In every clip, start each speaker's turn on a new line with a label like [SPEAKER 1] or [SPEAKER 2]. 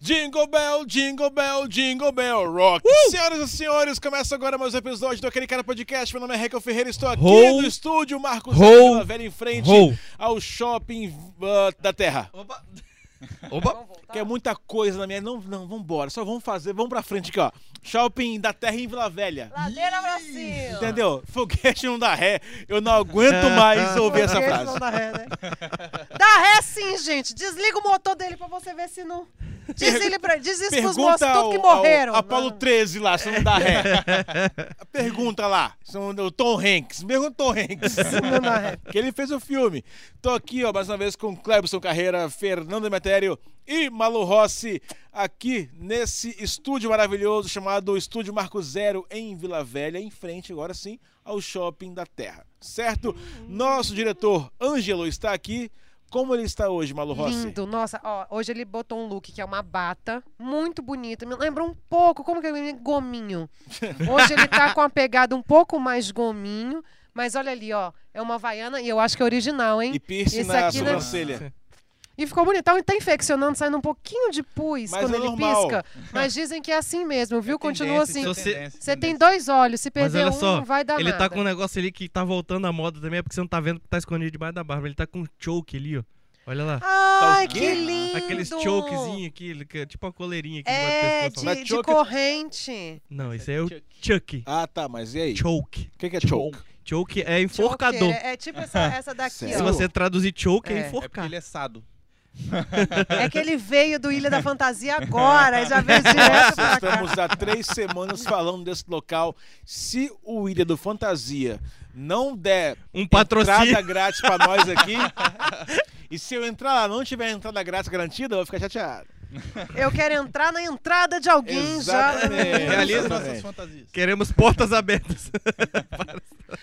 [SPEAKER 1] Jingle Bell, Jingle Bell, Jingle Bell Rock. Senhoras e senhores, começa agora mais um episódio do Aquele Cara Podcast. Meu nome é Raquel Ferreira, estou aqui
[SPEAKER 2] Ho.
[SPEAKER 1] no estúdio Marcos
[SPEAKER 2] Ho.
[SPEAKER 1] Vila Velha em frente
[SPEAKER 2] Ho.
[SPEAKER 1] ao shopping ah, da Terra.
[SPEAKER 2] Opa!
[SPEAKER 1] Que é muita coisa na minha. Não, não, vambora. Só vamos fazer, vamos pra frente aqui, ó. Shopping da Terra em Vila Velha.
[SPEAKER 3] Ladeira Brasil!
[SPEAKER 1] Entendeu? Foguete não dá ré. Eu não aguento mais ouvir essa
[SPEAKER 3] Porque
[SPEAKER 1] frase.
[SPEAKER 3] Não dá ré, né? Dá ré sim, gente. Desliga o motor dele pra você ver se não. Diz, ele pra... Diz isso pros moços,
[SPEAKER 1] Pergunta
[SPEAKER 3] tudo
[SPEAKER 1] ao,
[SPEAKER 3] que morreram. né?
[SPEAKER 1] ao
[SPEAKER 3] Ah,
[SPEAKER 1] Apolo 13 lá, se não dá ré. Pergunta lá, se não- o Tom Hanks. Pergunta o Tom Hanks.
[SPEAKER 3] Não dá ré.
[SPEAKER 1] que ele fez o filme. Tô aqui, ó, mais uma vez com Clebson Carreira, Fernando Metério e Malu Rossi, aqui nesse estúdio maravilhoso chamado Estúdio Marco Zero, em Vila Velha, em frente, agora sim, ao Shopping da Terra. Certo? Nosso diretor Ângelo está aqui. Como ele está hoje, Malu Rossi?
[SPEAKER 3] Lindo, nossa, ó, hoje ele botou um look que é uma bata, muito bonita, me lembra um pouco, como que é, gominho. Hoje ele tá com a pegada um pouco mais gominho, mas olha ali, ó, é uma vaiana e eu acho que é original, hein?
[SPEAKER 1] E piercing
[SPEAKER 3] Esse
[SPEAKER 1] na
[SPEAKER 3] aqui, né?
[SPEAKER 1] sobrancelha.
[SPEAKER 3] E ficou bonitão e tá infeccionando, saindo um pouquinho de pus
[SPEAKER 1] Mas
[SPEAKER 3] quando
[SPEAKER 1] é
[SPEAKER 3] ele
[SPEAKER 1] normal.
[SPEAKER 3] pisca. Mas dizem que é assim mesmo, viu? Continua assim.
[SPEAKER 4] Tendência, isso é
[SPEAKER 2] Você-
[SPEAKER 4] tendência,
[SPEAKER 3] Você tem
[SPEAKER 4] tendência.
[SPEAKER 3] dois olhos, se
[SPEAKER 2] Mas
[SPEAKER 3] perder
[SPEAKER 2] olha
[SPEAKER 3] um,
[SPEAKER 2] só,
[SPEAKER 3] não vai dar
[SPEAKER 2] ele
[SPEAKER 3] nada.
[SPEAKER 2] tá com um negócio ali que tá voltando à moda também, é porque você não tá vendo que tá escondido debaixo da barba. Ele tá com um choke ali, ó. Olha lá.
[SPEAKER 3] Ai,
[SPEAKER 1] Tá o quê?
[SPEAKER 3] que lindo!
[SPEAKER 2] Aqueles chokezinho aqui, ele que é tipo a coleirinha aqui debaixo do
[SPEAKER 3] É,
[SPEAKER 2] pescoço.
[SPEAKER 3] de,
[SPEAKER 1] Mas
[SPEAKER 3] de
[SPEAKER 1] choke-
[SPEAKER 3] corrente.
[SPEAKER 2] Não, esse aí é o chuck.
[SPEAKER 1] Ah, tá, mas e aí?
[SPEAKER 2] Choke.
[SPEAKER 1] O que, que é choke?
[SPEAKER 2] Choke é enforcador.
[SPEAKER 3] Choqueira, É, tipo essa, essa daqui,
[SPEAKER 1] Sério?
[SPEAKER 2] Se
[SPEAKER 3] ó.
[SPEAKER 2] você traduzir choke, é,
[SPEAKER 3] É.
[SPEAKER 4] É porque
[SPEAKER 2] enforcar.
[SPEAKER 4] ele é sado.
[SPEAKER 3] É que ele veio do Ilha da Fantasia agora, e já veio
[SPEAKER 2] tá
[SPEAKER 3] direto
[SPEAKER 1] Nós
[SPEAKER 3] pra cá.
[SPEAKER 1] estamos há três semanas falando desse local. Se o Ilha do Fantasia não der
[SPEAKER 2] Um patrocínio.
[SPEAKER 1] é entrada grátis pra nós aqui, e se eu entrar lá não tiver entrada grátis garantida, eu vou ficar chateado.
[SPEAKER 3] Eu quero entrar na entrada de alguém
[SPEAKER 4] É,
[SPEAKER 1] Exatamente.
[SPEAKER 3] já.
[SPEAKER 4] Realiza
[SPEAKER 1] exatamente.
[SPEAKER 4] nossas fantasias.
[SPEAKER 2] Queremos portas abertas.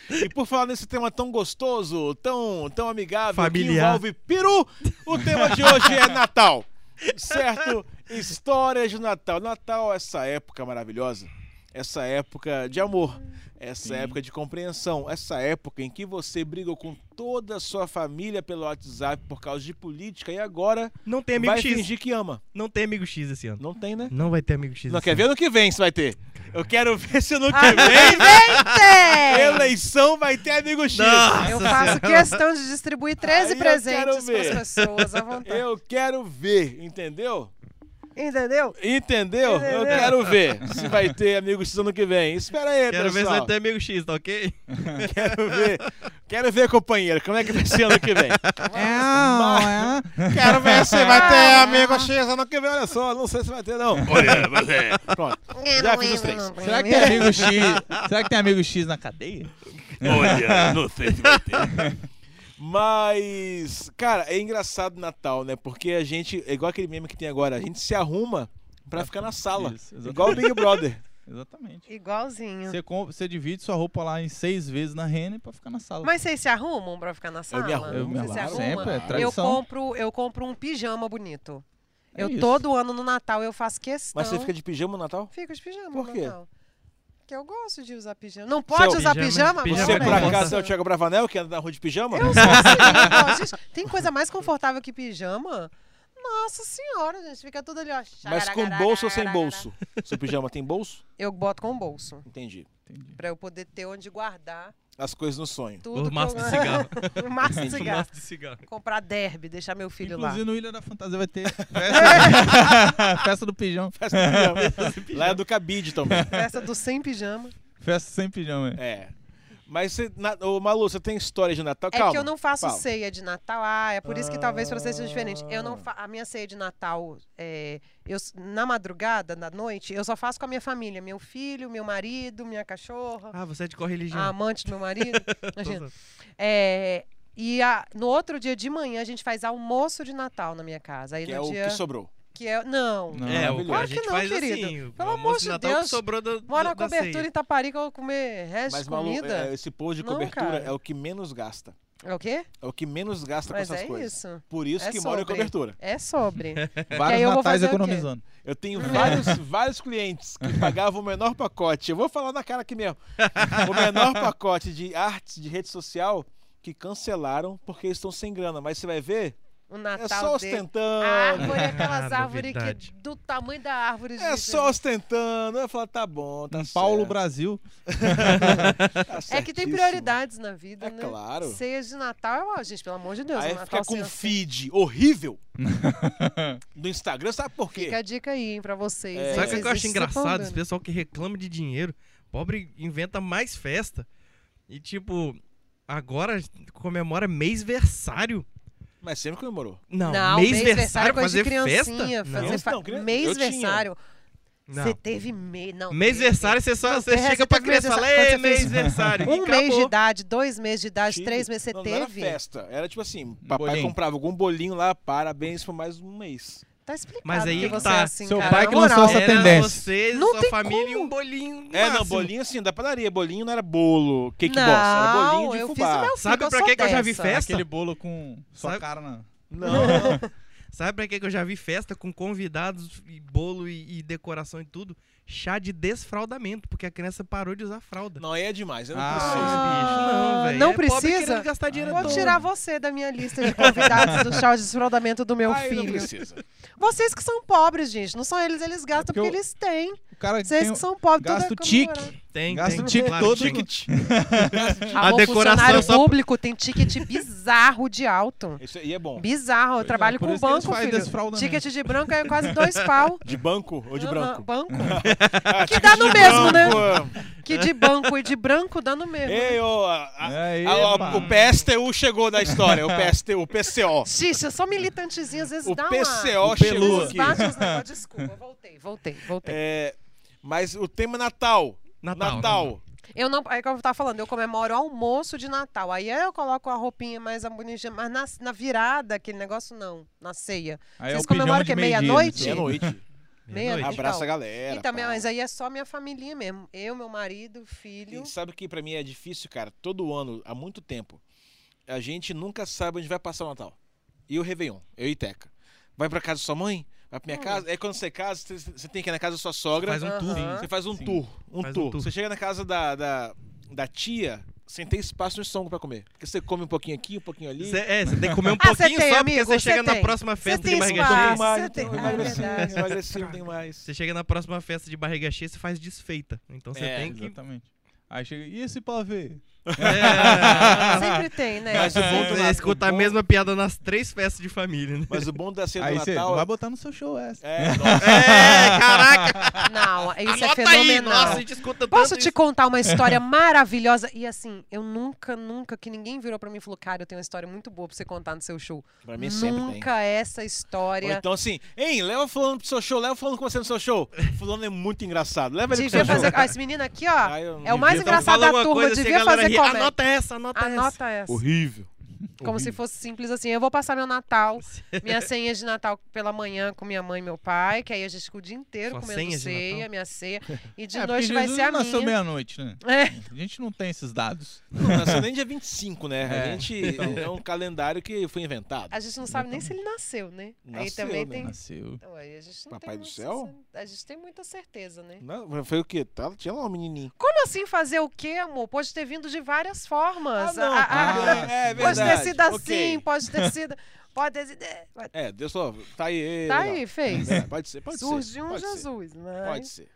[SPEAKER 1] E por falar nesse tema tão gostoso, tão, tão amigável, que
[SPEAKER 2] Familiar.
[SPEAKER 1] envolve peru, o tema de hoje é Natal. Certo? Histórias de Natal. Natal é essa época maravilhosa. Essa época de amor. Essa
[SPEAKER 4] Sim.
[SPEAKER 1] época de compreensão. Essa época em que você briga com toda a sua família pelo WhatsApp por causa de política e agora
[SPEAKER 2] Não tem amigo
[SPEAKER 1] vai
[SPEAKER 2] X.
[SPEAKER 1] fingir que ama.
[SPEAKER 2] Não tem amigo X esse ano.
[SPEAKER 1] Não tem, né?
[SPEAKER 2] Não vai ter amigo X
[SPEAKER 1] Não
[SPEAKER 2] esse
[SPEAKER 1] quer
[SPEAKER 2] ano.
[SPEAKER 1] ver no que vem se vai ter. Eu quero ver se no que vem,
[SPEAKER 3] Aproveite!
[SPEAKER 1] eleição, vai ter amigo X.
[SPEAKER 2] Nossa
[SPEAKER 3] Eu
[SPEAKER 2] Senhora.
[SPEAKER 3] faço questão de distribuir 13
[SPEAKER 1] Aí eu quero
[SPEAKER 3] presentes
[SPEAKER 1] ver.
[SPEAKER 3] pras pessoas à vontade.
[SPEAKER 1] Eu quero ver, entendeu?
[SPEAKER 3] Entendeu?
[SPEAKER 1] Entendeu? Eu
[SPEAKER 3] Entendeu?
[SPEAKER 1] quero ver se vai ter amigo X ano que vem. Espera aí,
[SPEAKER 2] Quero ver se
[SPEAKER 1] pessoal.
[SPEAKER 2] vai ter amigo X, tá ok?
[SPEAKER 1] Quero ver. Quero ver, companheiro, como é que vai ser ano que vem.
[SPEAKER 3] É,
[SPEAKER 1] Mas- Quero ver se vai ter amigo X ano que vem. Olha só, não sei se vai ter, não. Olha, vai ter. Pronto. Já fiz os três. é
[SPEAKER 4] Será que
[SPEAKER 3] é.
[SPEAKER 4] tem amigo X? Será que tem amigo X na cadeia?
[SPEAKER 1] Olha, não sei se vai ter. Mas, cara, é engraçado Natal, né? Porque a gente, é igual aquele meme que tem agora, a gente se arruma pra ficar na sala.
[SPEAKER 4] Isso, exatamente.
[SPEAKER 1] Igual o Big Brother.
[SPEAKER 4] Exatamente.
[SPEAKER 3] Igualzinho.
[SPEAKER 4] Você, compra, você divide sua roupa lá em seis vezes na renda pra ficar na sala.
[SPEAKER 3] Mas vocês se arrumam pra ficar na sala?
[SPEAKER 1] me arrumo,
[SPEAKER 4] eu me
[SPEAKER 3] Vocês se
[SPEAKER 4] arrumo
[SPEAKER 3] arrumam?
[SPEAKER 4] sempre, é
[SPEAKER 3] eu
[SPEAKER 4] tradição.
[SPEAKER 3] compro, eu compro um pijama bonito.
[SPEAKER 4] É
[SPEAKER 3] eu
[SPEAKER 4] isso.
[SPEAKER 3] todo ano no Natal eu faço questão.
[SPEAKER 1] Mas você fica de pijama no Natal?
[SPEAKER 3] Fico de pijama
[SPEAKER 1] Por quê?
[SPEAKER 3] no Natal. Porque eu gosto de usar pijama. Não pode
[SPEAKER 1] Seu
[SPEAKER 3] usar
[SPEAKER 2] pijama-
[SPEAKER 3] pijama?
[SPEAKER 2] pijama
[SPEAKER 1] Você
[SPEAKER 2] é
[SPEAKER 3] Agora,
[SPEAKER 1] por
[SPEAKER 2] confortável.
[SPEAKER 1] acaso é o Thiago Bravanel que anda na rua de pijama? é
[SPEAKER 3] Eu sou assim, ó, gente, tem coisa mais confortável que pijama? Nossa senhora, gente, fica tudo ali, ó.
[SPEAKER 1] Mas com bolso ou sem bolso? Seu pijama tem bolso?
[SPEAKER 3] Eu boto com bolso,
[SPEAKER 1] Entendi.
[SPEAKER 4] Entendi.
[SPEAKER 3] pra eu poder ter onde guardar
[SPEAKER 1] As coisas no sonho.
[SPEAKER 3] tudo.
[SPEAKER 2] Os
[SPEAKER 3] que
[SPEAKER 2] maços
[SPEAKER 3] eu-
[SPEAKER 2] de cigarro.
[SPEAKER 3] O maço de
[SPEAKER 2] Os
[SPEAKER 3] cigarro.
[SPEAKER 2] maços de cigarro.
[SPEAKER 3] Comprar derby, deixar meu filho lá.
[SPEAKER 4] Inclusive no Ilha da Fantasia vai ter festa, festa do pijão.
[SPEAKER 1] Festa do pijama. Lá é do cabide também.
[SPEAKER 3] Festa do sem pijama.
[SPEAKER 4] Festa sem pijão, é.
[SPEAKER 1] É. Mas você, na, ô, Malu, você tem história de Natal?
[SPEAKER 3] É
[SPEAKER 1] Calma. Ah.
[SPEAKER 3] que eu não faço
[SPEAKER 1] fala.
[SPEAKER 3] ceia de Natal. Ah, é por isso que talvez pra vocês seja diferente. Eu não fa- a minha ceia de Natal, é, eu s- na madrugada, na noite, eu só faço com a minha família. Meu filho, meu marido, minha cachorra,
[SPEAKER 2] Ah, você é de
[SPEAKER 3] a
[SPEAKER 2] correligião.
[SPEAKER 3] amante do meu marido.
[SPEAKER 2] Tô
[SPEAKER 3] Imagina.
[SPEAKER 2] zoando.
[SPEAKER 3] É, e a- no outro dia de manhã a gente faz almoço de Natal na minha casa. Aí
[SPEAKER 1] Que
[SPEAKER 3] no
[SPEAKER 1] é o
[SPEAKER 3] dia
[SPEAKER 1] que sobrou.
[SPEAKER 3] que é não.
[SPEAKER 4] Não.
[SPEAKER 2] É, o,
[SPEAKER 1] Claro
[SPEAKER 2] a
[SPEAKER 3] que
[SPEAKER 2] gente
[SPEAKER 3] não,
[SPEAKER 2] faz
[SPEAKER 3] querido.
[SPEAKER 2] assim. o
[SPEAKER 3] Pelo
[SPEAKER 2] almoço
[SPEAKER 3] amor de
[SPEAKER 2] Natal que
[SPEAKER 3] Deus.
[SPEAKER 2] sobrou da,
[SPEAKER 3] Mora
[SPEAKER 2] da,
[SPEAKER 3] na cobertura
[SPEAKER 2] ceia.
[SPEAKER 3] em Taparica, eu vou comer resto
[SPEAKER 1] Mas,
[SPEAKER 3] de
[SPEAKER 1] Malu,
[SPEAKER 3] comida.
[SPEAKER 1] é, esse pôr de
[SPEAKER 3] Não,
[SPEAKER 1] cobertura
[SPEAKER 3] cara.
[SPEAKER 1] é o que menos gasta.
[SPEAKER 3] É o quê?
[SPEAKER 1] É o que menos gasta
[SPEAKER 3] Mas
[SPEAKER 1] com essas
[SPEAKER 3] é
[SPEAKER 1] coisas.
[SPEAKER 3] isso.
[SPEAKER 1] Por isso
[SPEAKER 3] É
[SPEAKER 1] que mora em
[SPEAKER 3] sobre.
[SPEAKER 1] cobertura.
[SPEAKER 3] É sobre.
[SPEAKER 4] Vários
[SPEAKER 3] aí eu vou
[SPEAKER 4] natais
[SPEAKER 3] fazer o quê?
[SPEAKER 4] economizando.
[SPEAKER 1] Eu tenho vários, vários clientes que pagavam o menor pacote. Eu vou falar na cara aqui mesmo. O menor pacote de artes de rede social que cancelaram porque estão sem grana. Mas você vai ver,
[SPEAKER 3] o
[SPEAKER 1] É
[SPEAKER 3] Natal
[SPEAKER 1] só
[SPEAKER 3] dele.
[SPEAKER 1] ostentando.
[SPEAKER 3] A árvore, é aquelas
[SPEAKER 2] Ah,
[SPEAKER 3] árvores que
[SPEAKER 2] novidade.
[SPEAKER 3] do tamanho da árvore.
[SPEAKER 1] É
[SPEAKER 3] gente.
[SPEAKER 1] só ostentando. Eu falo, tá bom, tá
[SPEAKER 4] Em Paulo,
[SPEAKER 1] certo,
[SPEAKER 4] Brasil.
[SPEAKER 1] tá
[SPEAKER 3] É que tem
[SPEAKER 1] certíssimo.
[SPEAKER 3] prioridades na vida,
[SPEAKER 1] É
[SPEAKER 3] né?
[SPEAKER 1] claro.
[SPEAKER 3] Ceias de Natal, ó, gente, pelo amor de Deus.
[SPEAKER 1] Aí
[SPEAKER 3] o Natal
[SPEAKER 1] fica com
[SPEAKER 3] sem
[SPEAKER 1] um
[SPEAKER 3] assim.
[SPEAKER 1] feed horrível do Instagram, sabe por quê?
[SPEAKER 3] Fica a dica aí, hein, pra vocês.
[SPEAKER 1] É.
[SPEAKER 3] hein?
[SPEAKER 2] Sabe o
[SPEAKER 3] Vocês
[SPEAKER 2] que eu acho
[SPEAKER 3] se
[SPEAKER 2] engraçado?
[SPEAKER 3] empolgando.
[SPEAKER 2] Esse pessoal que reclama de dinheiro. Pobre inventa mais festa. E tipo, agora comemora mês-versário.
[SPEAKER 1] Mas sempre comemorou.
[SPEAKER 2] Não,
[SPEAKER 3] Não, mês-versário é
[SPEAKER 2] mês-versário é
[SPEAKER 3] coisa de
[SPEAKER 2] fazer festa?
[SPEAKER 3] criancinha.
[SPEAKER 2] Não,
[SPEAKER 3] Fazer fa...
[SPEAKER 1] Não, criança-
[SPEAKER 3] Mês-versário.
[SPEAKER 2] não.
[SPEAKER 3] Você teve mês. Não.
[SPEAKER 2] Mês-versário, você só
[SPEAKER 3] Não,
[SPEAKER 2] você
[SPEAKER 3] você
[SPEAKER 2] chega pra
[SPEAKER 3] teve
[SPEAKER 2] criança e fala,
[SPEAKER 3] mês-versário.
[SPEAKER 2] "Ei,
[SPEAKER 3] Quando você fez
[SPEAKER 2] mês-versário.
[SPEAKER 3] teve.
[SPEAKER 2] E
[SPEAKER 3] Um mês de
[SPEAKER 2] acabou.
[SPEAKER 3] idade, dois meses de idade,
[SPEAKER 1] Tive.
[SPEAKER 3] três meses de
[SPEAKER 1] não,
[SPEAKER 3] idade,
[SPEAKER 1] Não era
[SPEAKER 3] teve?
[SPEAKER 1] festa. Era tipo assim, papai
[SPEAKER 4] Um bolinho.
[SPEAKER 1] comprava algum bolinho lá, parabéns por mais um mês.
[SPEAKER 3] Tá explicado
[SPEAKER 2] Mas aí
[SPEAKER 3] que
[SPEAKER 2] que
[SPEAKER 3] você
[SPEAKER 2] tá.
[SPEAKER 3] é assim,
[SPEAKER 4] Seu
[SPEAKER 3] cara.
[SPEAKER 4] pai
[SPEAKER 3] Na
[SPEAKER 4] que lançou
[SPEAKER 3] moral.
[SPEAKER 4] essa
[SPEAKER 2] Era
[SPEAKER 4] tendência.
[SPEAKER 2] vocês,
[SPEAKER 3] Não
[SPEAKER 2] sua
[SPEAKER 3] tem
[SPEAKER 2] família e
[SPEAKER 3] como.
[SPEAKER 2] um bolinho
[SPEAKER 1] É, não,
[SPEAKER 2] máximo.
[SPEAKER 1] bolinho assim, da padaria. Bolinho não era bolo, cake
[SPEAKER 3] não,
[SPEAKER 1] box, era bolinho de
[SPEAKER 3] eu
[SPEAKER 1] fubá.
[SPEAKER 3] Fiz o meu filho,
[SPEAKER 2] Sabe
[SPEAKER 3] eu
[SPEAKER 2] pra
[SPEAKER 3] sou
[SPEAKER 2] que que eu já vi
[SPEAKER 3] dessa.
[SPEAKER 2] festa?
[SPEAKER 4] Aquele bolo com sua
[SPEAKER 2] Sabe-
[SPEAKER 4] cara na.
[SPEAKER 1] Não,
[SPEAKER 2] Sabe pra que que eu já vi festa com convidados e bolo e, e decoração e tudo? Chá de desfraudamento, porque a criança parou de usar fralda.
[SPEAKER 1] não aí é demais, eu não
[SPEAKER 4] Ah.
[SPEAKER 1] preciso.
[SPEAKER 2] não, velho.
[SPEAKER 3] não
[SPEAKER 2] É pobre
[SPEAKER 3] precisa?
[SPEAKER 2] querendo gastar dinheiro à
[SPEAKER 3] Vou
[SPEAKER 2] toa.
[SPEAKER 3] tirar você da minha lista de convidados do chá de desfraudamento do meu
[SPEAKER 1] Aí não
[SPEAKER 3] filho.
[SPEAKER 1] precisa.
[SPEAKER 3] Vocês que são pobres, gente. Não são eles, eles gastam
[SPEAKER 4] É porque
[SPEAKER 3] porque,
[SPEAKER 4] eu-
[SPEAKER 3] eles têm.
[SPEAKER 4] O cara
[SPEAKER 3] Vocês
[SPEAKER 4] tem
[SPEAKER 3] que são pobres,
[SPEAKER 4] gasta o
[SPEAKER 3] tudo é
[SPEAKER 4] tique.
[SPEAKER 3] comemorado.
[SPEAKER 2] Tem,
[SPEAKER 4] Gasta
[SPEAKER 2] tem,
[SPEAKER 4] o ticket
[SPEAKER 2] claro que
[SPEAKER 4] todo.
[SPEAKER 2] tem.
[SPEAKER 1] Ticket.
[SPEAKER 3] Alô,
[SPEAKER 2] decoração
[SPEAKER 3] funcionário
[SPEAKER 2] só-
[SPEAKER 3] público tem ticket bizarro de alto.
[SPEAKER 1] Isso aí é bom.
[SPEAKER 3] Bizarro. Eu
[SPEAKER 4] é,
[SPEAKER 3] trabalho
[SPEAKER 4] por
[SPEAKER 3] com
[SPEAKER 4] isso que eles
[SPEAKER 3] banco,
[SPEAKER 4] fazem
[SPEAKER 3] filho.
[SPEAKER 4] desfraudamento.
[SPEAKER 3] Ticket de branco é quase dois pau.
[SPEAKER 1] De banco ou de
[SPEAKER 3] Aham,
[SPEAKER 1] branco?
[SPEAKER 3] Banco. Que dá no mesmo, né?
[SPEAKER 1] né?
[SPEAKER 3] Que de banco e de branco dá no mesmo.
[SPEAKER 4] É.
[SPEAKER 1] Ei, ô, a- a-
[SPEAKER 4] Aí,
[SPEAKER 1] a- Ah, ó,
[SPEAKER 4] pá.
[SPEAKER 1] o PSTU chegou da história, o PSTU, o PCO.
[SPEAKER 3] Xixi, eu sou militantezinha, às vezes
[SPEAKER 1] O
[SPEAKER 3] dá uma...
[SPEAKER 1] PCO chegou
[SPEAKER 4] O Pelua.
[SPEAKER 1] aqui.
[SPEAKER 3] Bate os negócios. Desculpa, voltei, voltei, voltei.
[SPEAKER 1] É, mas o tema é Natal.
[SPEAKER 2] Natal.
[SPEAKER 1] Natal.
[SPEAKER 3] Eu não, é como eu tava falando, eu comemoro o almoço de Natal. Aí é, eu coloco a roupinha mais bonitinha, mas na, na virada, aquele negócio não, na ceia.
[SPEAKER 4] Aí
[SPEAKER 3] Vocês
[SPEAKER 4] o pijama
[SPEAKER 3] comemoram
[SPEAKER 4] de
[SPEAKER 3] que é
[SPEAKER 4] meio-dia,
[SPEAKER 3] meia-noite?
[SPEAKER 4] né?
[SPEAKER 1] Meia-noite.
[SPEAKER 3] Meia-noite.
[SPEAKER 2] Meia-noite.
[SPEAKER 1] Abraça
[SPEAKER 3] Então,
[SPEAKER 1] a galera.
[SPEAKER 3] e também,
[SPEAKER 1] pá.
[SPEAKER 3] mas aí é só minha familhinha mesmo. Eu, meu marido, filho.
[SPEAKER 1] E sabe o que pra mim é difícil, cara? Todo ano, há muito tempo, a gente nunca sabe onde vai passar o Natal. E o Réveillon, eu e Teca. Vai pra casa da sua mãe? Vai pra minha
[SPEAKER 3] Hum.
[SPEAKER 1] casa? Aí quando você casa, você- você tem que ir na casa da sua sogra.
[SPEAKER 2] Faz um tour.
[SPEAKER 3] Aham.
[SPEAKER 1] Você faz um
[SPEAKER 4] Sim.
[SPEAKER 1] tour. Um
[SPEAKER 2] Faz um
[SPEAKER 1] tour.
[SPEAKER 2] tour.
[SPEAKER 1] Você chega na casa da, da, da tia, sem ter espaço no estômago pra comer. Porque você come um pouquinho aqui, um pouquinho ali.
[SPEAKER 2] Cê- é, você tem que comer um
[SPEAKER 3] Ah, cê
[SPEAKER 2] pouquinho
[SPEAKER 3] tem,
[SPEAKER 2] só,
[SPEAKER 3] amigo,
[SPEAKER 2] porque você
[SPEAKER 3] cê
[SPEAKER 2] chega na
[SPEAKER 3] tem.
[SPEAKER 2] próxima
[SPEAKER 3] Cê
[SPEAKER 2] festa
[SPEAKER 3] tem
[SPEAKER 2] de barriga
[SPEAKER 3] espaço.
[SPEAKER 2] cheia.
[SPEAKER 3] Ah, você tem-
[SPEAKER 1] então,
[SPEAKER 3] ah, é
[SPEAKER 1] emagreci,
[SPEAKER 3] verdade.
[SPEAKER 1] emagreci, não tem mais.
[SPEAKER 2] Você chega na próxima festa de barriga cheia, você faz desfeita. Então você
[SPEAKER 1] É,
[SPEAKER 2] tem que...
[SPEAKER 4] Exatamente. Aí chega. E esse pavê?
[SPEAKER 3] Sempre tem, né?
[SPEAKER 1] Mas o bom do
[SPEAKER 2] Você
[SPEAKER 1] Natal-
[SPEAKER 2] É. escuta a
[SPEAKER 1] o bom-
[SPEAKER 2] mesma piada nas três festas de família, né?
[SPEAKER 1] Mas o bom da ceia
[SPEAKER 4] Aí
[SPEAKER 1] do
[SPEAKER 4] você
[SPEAKER 1] Natal...
[SPEAKER 4] vai botar no seu show essa.
[SPEAKER 1] É, nossa,
[SPEAKER 2] É, caraca!
[SPEAKER 3] Não, isso é
[SPEAKER 2] Anota aí!
[SPEAKER 3] fenomenal.
[SPEAKER 2] Nossa, a gente escuta
[SPEAKER 3] Posso
[SPEAKER 2] tanto
[SPEAKER 3] te
[SPEAKER 2] isso.
[SPEAKER 3] contar uma história maravilhosa? E assim, eu nunca, nunca, que ninguém virou pra mim e falou, cara, eu tenho uma história muito boa pra você contar no seu show.
[SPEAKER 1] pra mim sempre tem.
[SPEAKER 3] Nunca essa
[SPEAKER 1] Ou
[SPEAKER 3] história.
[SPEAKER 1] então assim, hein, leva fulano pro seu show, leva fulano com você no seu show. Fulano é muito engraçado, leva ele pro seu
[SPEAKER 3] Devia fazer.
[SPEAKER 1] show.
[SPEAKER 3] Ó, esse menino aqui, ó.
[SPEAKER 1] Aí eu-
[SPEAKER 3] É o mais
[SPEAKER 1] devia-
[SPEAKER 3] engraçado
[SPEAKER 2] Fala
[SPEAKER 3] da
[SPEAKER 2] alguma
[SPEAKER 3] turma,
[SPEAKER 2] coisa assim, a
[SPEAKER 3] devia
[SPEAKER 2] galera
[SPEAKER 3] fazer
[SPEAKER 2] ri.
[SPEAKER 3] comédia.
[SPEAKER 2] Anota essa, anota, essa.
[SPEAKER 3] Anota essa.
[SPEAKER 1] Horrível.
[SPEAKER 3] Como se fosse simples assim. Eu vou passar meu Natal, minha senha de Natal pela manhã com minha mãe e meu pai, que aí a gente fica o dia inteiro
[SPEAKER 2] Sua
[SPEAKER 3] comendo
[SPEAKER 2] senha de
[SPEAKER 3] ceia,
[SPEAKER 2] Natal?
[SPEAKER 3] minha ceia. E de
[SPEAKER 4] É, porque
[SPEAKER 3] noite vai
[SPEAKER 4] Jesus
[SPEAKER 3] ser a
[SPEAKER 4] não nasceu
[SPEAKER 3] minha.
[SPEAKER 4] meia-noite, né?
[SPEAKER 3] É.
[SPEAKER 4] A gente não tem esses dados.
[SPEAKER 1] Não nasceu nem dia 25, né? A
[SPEAKER 4] É.
[SPEAKER 1] gente é um calendário que foi inventado.
[SPEAKER 3] A gente não sabe nem se ele nasceu, né? aí
[SPEAKER 1] Nasceu,
[SPEAKER 3] também
[SPEAKER 1] né?
[SPEAKER 3] tem.
[SPEAKER 4] Nasceu.
[SPEAKER 3] Então, aí a gente não
[SPEAKER 1] Papai
[SPEAKER 3] tem
[SPEAKER 1] do
[SPEAKER 3] muita
[SPEAKER 1] céu?
[SPEAKER 3] cer- A gente tem muita certeza, né?
[SPEAKER 1] Não, foi o quê? Tá- Tinha lá um menininho.
[SPEAKER 3] Como assim fazer o quê, amor? Pode ter vindo de várias formas. A- a-
[SPEAKER 4] Ah,
[SPEAKER 3] a-
[SPEAKER 1] é, é
[SPEAKER 3] pode
[SPEAKER 1] verdade.
[SPEAKER 3] ter sido assim,
[SPEAKER 1] Ok.
[SPEAKER 3] pode ter sido. Pode ter sido. é, pode-
[SPEAKER 1] É, Deus falou, tá aí.
[SPEAKER 3] Tá
[SPEAKER 1] legal.
[SPEAKER 3] aí, fez.
[SPEAKER 1] É, pode ser, pode ser.
[SPEAKER 3] Surgiu um
[SPEAKER 1] pode ser,
[SPEAKER 3] Jesus, né?
[SPEAKER 1] Pode ser.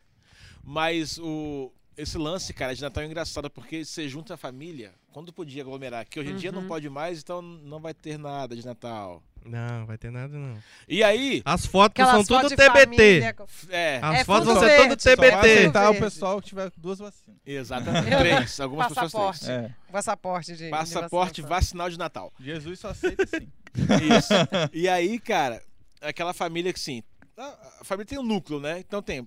[SPEAKER 1] Mas o, esse lance, cara, de Natal é engraçado, porque você junta a família quando podia aglomerar, que hoje em dia não
[SPEAKER 3] Uhum.
[SPEAKER 1] pode mais, então não vai ter nada de Natal.
[SPEAKER 2] Não, vai ter nada não.
[SPEAKER 1] E aí,
[SPEAKER 2] As fotos são
[SPEAKER 3] Aquelas
[SPEAKER 2] tudo
[SPEAKER 3] fotos de
[SPEAKER 2] TBT.
[SPEAKER 3] família.
[SPEAKER 1] é,
[SPEAKER 2] As
[SPEAKER 3] É
[SPEAKER 2] fotos
[SPEAKER 3] fundo
[SPEAKER 2] vão ser tudo
[SPEAKER 3] verde,
[SPEAKER 4] Só vai
[SPEAKER 2] TBT.
[SPEAKER 4] aceitar o
[SPEAKER 3] Verde.
[SPEAKER 4] pessoal que tiver duas vacinas.
[SPEAKER 1] Exatamente. Três. Algumas pessoas
[SPEAKER 3] Passaporte.
[SPEAKER 1] três.
[SPEAKER 4] É.
[SPEAKER 3] Passaporte de.
[SPEAKER 1] Passaporte
[SPEAKER 3] de vacinação.
[SPEAKER 1] vacinal de Natal.
[SPEAKER 4] Jesus só aceita sim.
[SPEAKER 1] Isso. e aí, cara, aquela família que sim. A a família tem um núcleo, né? Então tem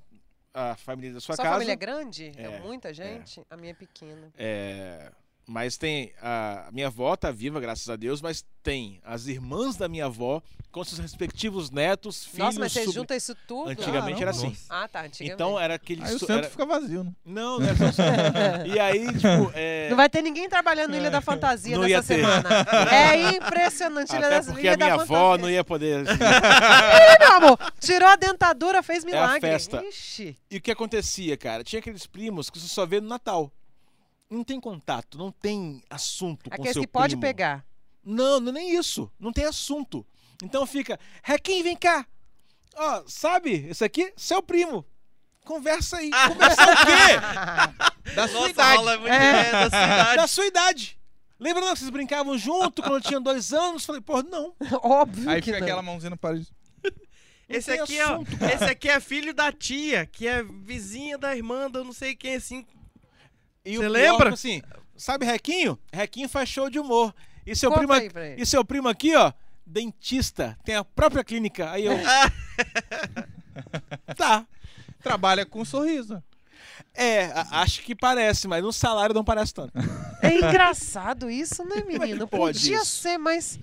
[SPEAKER 1] a família da sua
[SPEAKER 3] Sua
[SPEAKER 1] casa.
[SPEAKER 3] família é grande? É,
[SPEAKER 1] É,
[SPEAKER 3] muita gente? A minha é pequena.
[SPEAKER 1] é, mas tem a a minha avó tá viva, graças a Deus, mas tem as irmãs da minha avó com seus respectivos netos, filhos.
[SPEAKER 3] Nossa, mas você
[SPEAKER 1] sobrin-
[SPEAKER 3] junta isso tudo?
[SPEAKER 1] Antigamente era assim.
[SPEAKER 2] Nossa.
[SPEAKER 3] Ah, tá. Antigamente.
[SPEAKER 1] Então era aquele
[SPEAKER 4] Aí o
[SPEAKER 1] so-
[SPEAKER 4] centro
[SPEAKER 1] era-
[SPEAKER 4] fica vazio, né?
[SPEAKER 1] Não, não era só centro. E aí, tipo, é,
[SPEAKER 3] Não vai ter ninguém trabalhando no Ilha da Fantasia
[SPEAKER 1] Não ia
[SPEAKER 3] nessa
[SPEAKER 1] ter.
[SPEAKER 3] semana. É impressionante. Ilha,
[SPEAKER 1] até
[SPEAKER 3] da-
[SPEAKER 1] porque
[SPEAKER 3] Ilha
[SPEAKER 1] a
[SPEAKER 3] da
[SPEAKER 1] minha avó
[SPEAKER 3] Fantasia.
[SPEAKER 1] não ia poder assim.
[SPEAKER 3] Ih, meu amor, tirou a dentadura, fez
[SPEAKER 1] É a
[SPEAKER 3] milagre.
[SPEAKER 1] festa.
[SPEAKER 3] Ixi.
[SPEAKER 1] E o que acontecia, cara? Tinha aqueles primos que você só vê no Natal. Não tem contato, não tem assunto com
[SPEAKER 3] Aqueles
[SPEAKER 1] seu
[SPEAKER 3] que pode
[SPEAKER 1] primo.
[SPEAKER 3] pegar.
[SPEAKER 1] Não, não é nem isso. Não tem assunto. Então fica, Requim, vem cá. Ó, sabe, esse aqui, seu primo. Conversa aí.
[SPEAKER 2] Ah.
[SPEAKER 1] Conversa o quê?
[SPEAKER 4] Da sua
[SPEAKER 2] Nossa,
[SPEAKER 4] idade.
[SPEAKER 2] aula é muito é. da cidade.
[SPEAKER 1] Da sua idade. Lembra não que vocês brincavam junto quando eu tinha dois anos? Falei, pô, não.
[SPEAKER 3] Óbvio
[SPEAKER 4] Aí
[SPEAKER 3] que
[SPEAKER 4] fica
[SPEAKER 3] não.
[SPEAKER 4] aquela mãozinha no parede.
[SPEAKER 2] Esse
[SPEAKER 1] tem
[SPEAKER 2] aqui,
[SPEAKER 1] assunto,
[SPEAKER 2] é, esse aqui é filho da tia, que é vizinha da irmã, da não sei quem, assim.
[SPEAKER 1] E
[SPEAKER 2] Você
[SPEAKER 1] o pior,
[SPEAKER 2] lembra?
[SPEAKER 1] tipo assim, sabe Requinho? Requinho faz show de humor. E seu,
[SPEAKER 3] Conta
[SPEAKER 1] primo,
[SPEAKER 3] aí pra ele.
[SPEAKER 1] e seu primo aqui, ó, dentista, tem a própria clínica. Aí eu. tá.
[SPEAKER 4] Trabalha com um sorriso.
[SPEAKER 1] É, a- acho que parece, mas no salário não parece tanto.
[SPEAKER 3] É engraçado isso, né, menino?
[SPEAKER 1] é pode
[SPEAKER 3] Podia
[SPEAKER 1] isso?
[SPEAKER 3] ser, mas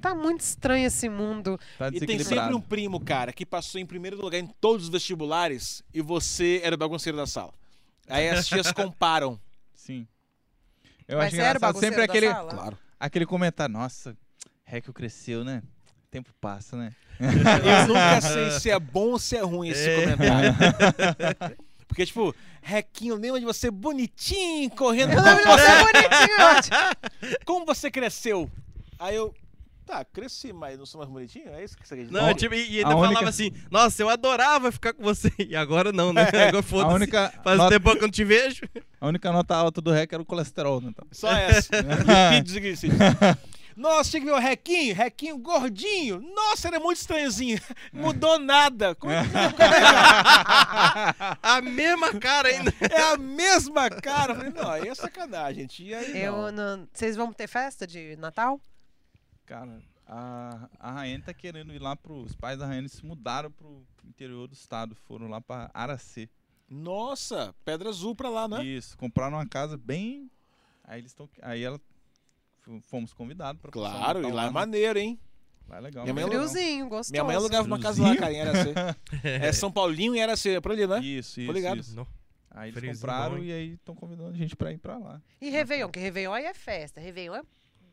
[SPEAKER 3] tá muito estranho esse mundo.
[SPEAKER 4] Tá
[SPEAKER 1] E tem sempre um
[SPEAKER 4] desequilibrado.
[SPEAKER 1] primo, cara, que passou em primeiro lugar em todos os vestibulares e você era o bagunceiro da sala. Aí as tias comparam.
[SPEAKER 4] Sim. Eu
[SPEAKER 3] Mas
[SPEAKER 4] acho
[SPEAKER 3] era o
[SPEAKER 4] engraçado
[SPEAKER 3] bagunceiro
[SPEAKER 4] sempre
[SPEAKER 3] da
[SPEAKER 4] aquele,
[SPEAKER 3] sala?
[SPEAKER 4] claro, aquele comentário, nossa, Réquio cresceu, né? O tempo passa, né?
[SPEAKER 1] Eu nunca sei se é bom ou se é ruim esse
[SPEAKER 2] É.
[SPEAKER 1] comentário. Porque, tipo, Requinho, lembra de você bonitinho, correndo.
[SPEAKER 3] Eu lembro de você bonitinho, ótimo.
[SPEAKER 1] Como você cresceu? Aí eu. Tá, cresci, mas não sou mais bonitinho? É isso que você quer dizer?
[SPEAKER 2] Não, tipo, e e ainda
[SPEAKER 4] a única-
[SPEAKER 2] falava assim, nossa, eu adorava ficar com você. E agora não, né?
[SPEAKER 3] É,
[SPEAKER 2] Agora
[SPEAKER 4] A
[SPEAKER 2] foda-se.
[SPEAKER 4] única,
[SPEAKER 2] Faz
[SPEAKER 4] nota,
[SPEAKER 2] tempo que eu não te vejo.
[SPEAKER 4] a única nota alta do REC era o colesterol, né? Então.
[SPEAKER 1] Só essa. Lipídios e glicídios. Nossa, tinha que ver o Requinho, Requinho gordinho. Nossa, era muito estranhozinho. Mudou nada. Como é que
[SPEAKER 2] A mesma cara ainda.
[SPEAKER 1] É a mesma cara. Eu falei, não, aí é sacanagem, gente. E aí, não.
[SPEAKER 3] Eu não- Vocês vão ter festa de Natal?
[SPEAKER 4] Cara, a, a Rayane tá querendo ir lá pro. Os pais da Rayane se mudaram pro interior do estado, foram lá pra Aracê.
[SPEAKER 1] Nossa, pedra azul pra lá, né?
[SPEAKER 4] Isso, compraram uma casa bem. Aí eles estão. Aí ela. f- Fomos convidados pra passar o
[SPEAKER 1] Claro, e
[SPEAKER 4] Natal
[SPEAKER 1] lá é
[SPEAKER 4] né?
[SPEAKER 1] maneiro, hein?
[SPEAKER 4] Lá é legal.
[SPEAKER 1] Minha mãe
[SPEAKER 4] lá é legal.
[SPEAKER 3] Friozinho, gostoso.
[SPEAKER 1] Minha mãe um alugava uma casa lá, cara, em Aracê. É São Paulinho e Aracê, é pra ali, né?
[SPEAKER 4] Isso, isso.
[SPEAKER 1] ligado.
[SPEAKER 4] isso.
[SPEAKER 2] Não.
[SPEAKER 4] Aí eles
[SPEAKER 2] Friozinho
[SPEAKER 4] compraram
[SPEAKER 2] bom, hein?
[SPEAKER 4] e aí estão convidando a gente pra ir pra lá.
[SPEAKER 3] E Réveillon, que Réveillon aí é festa. Réveillon é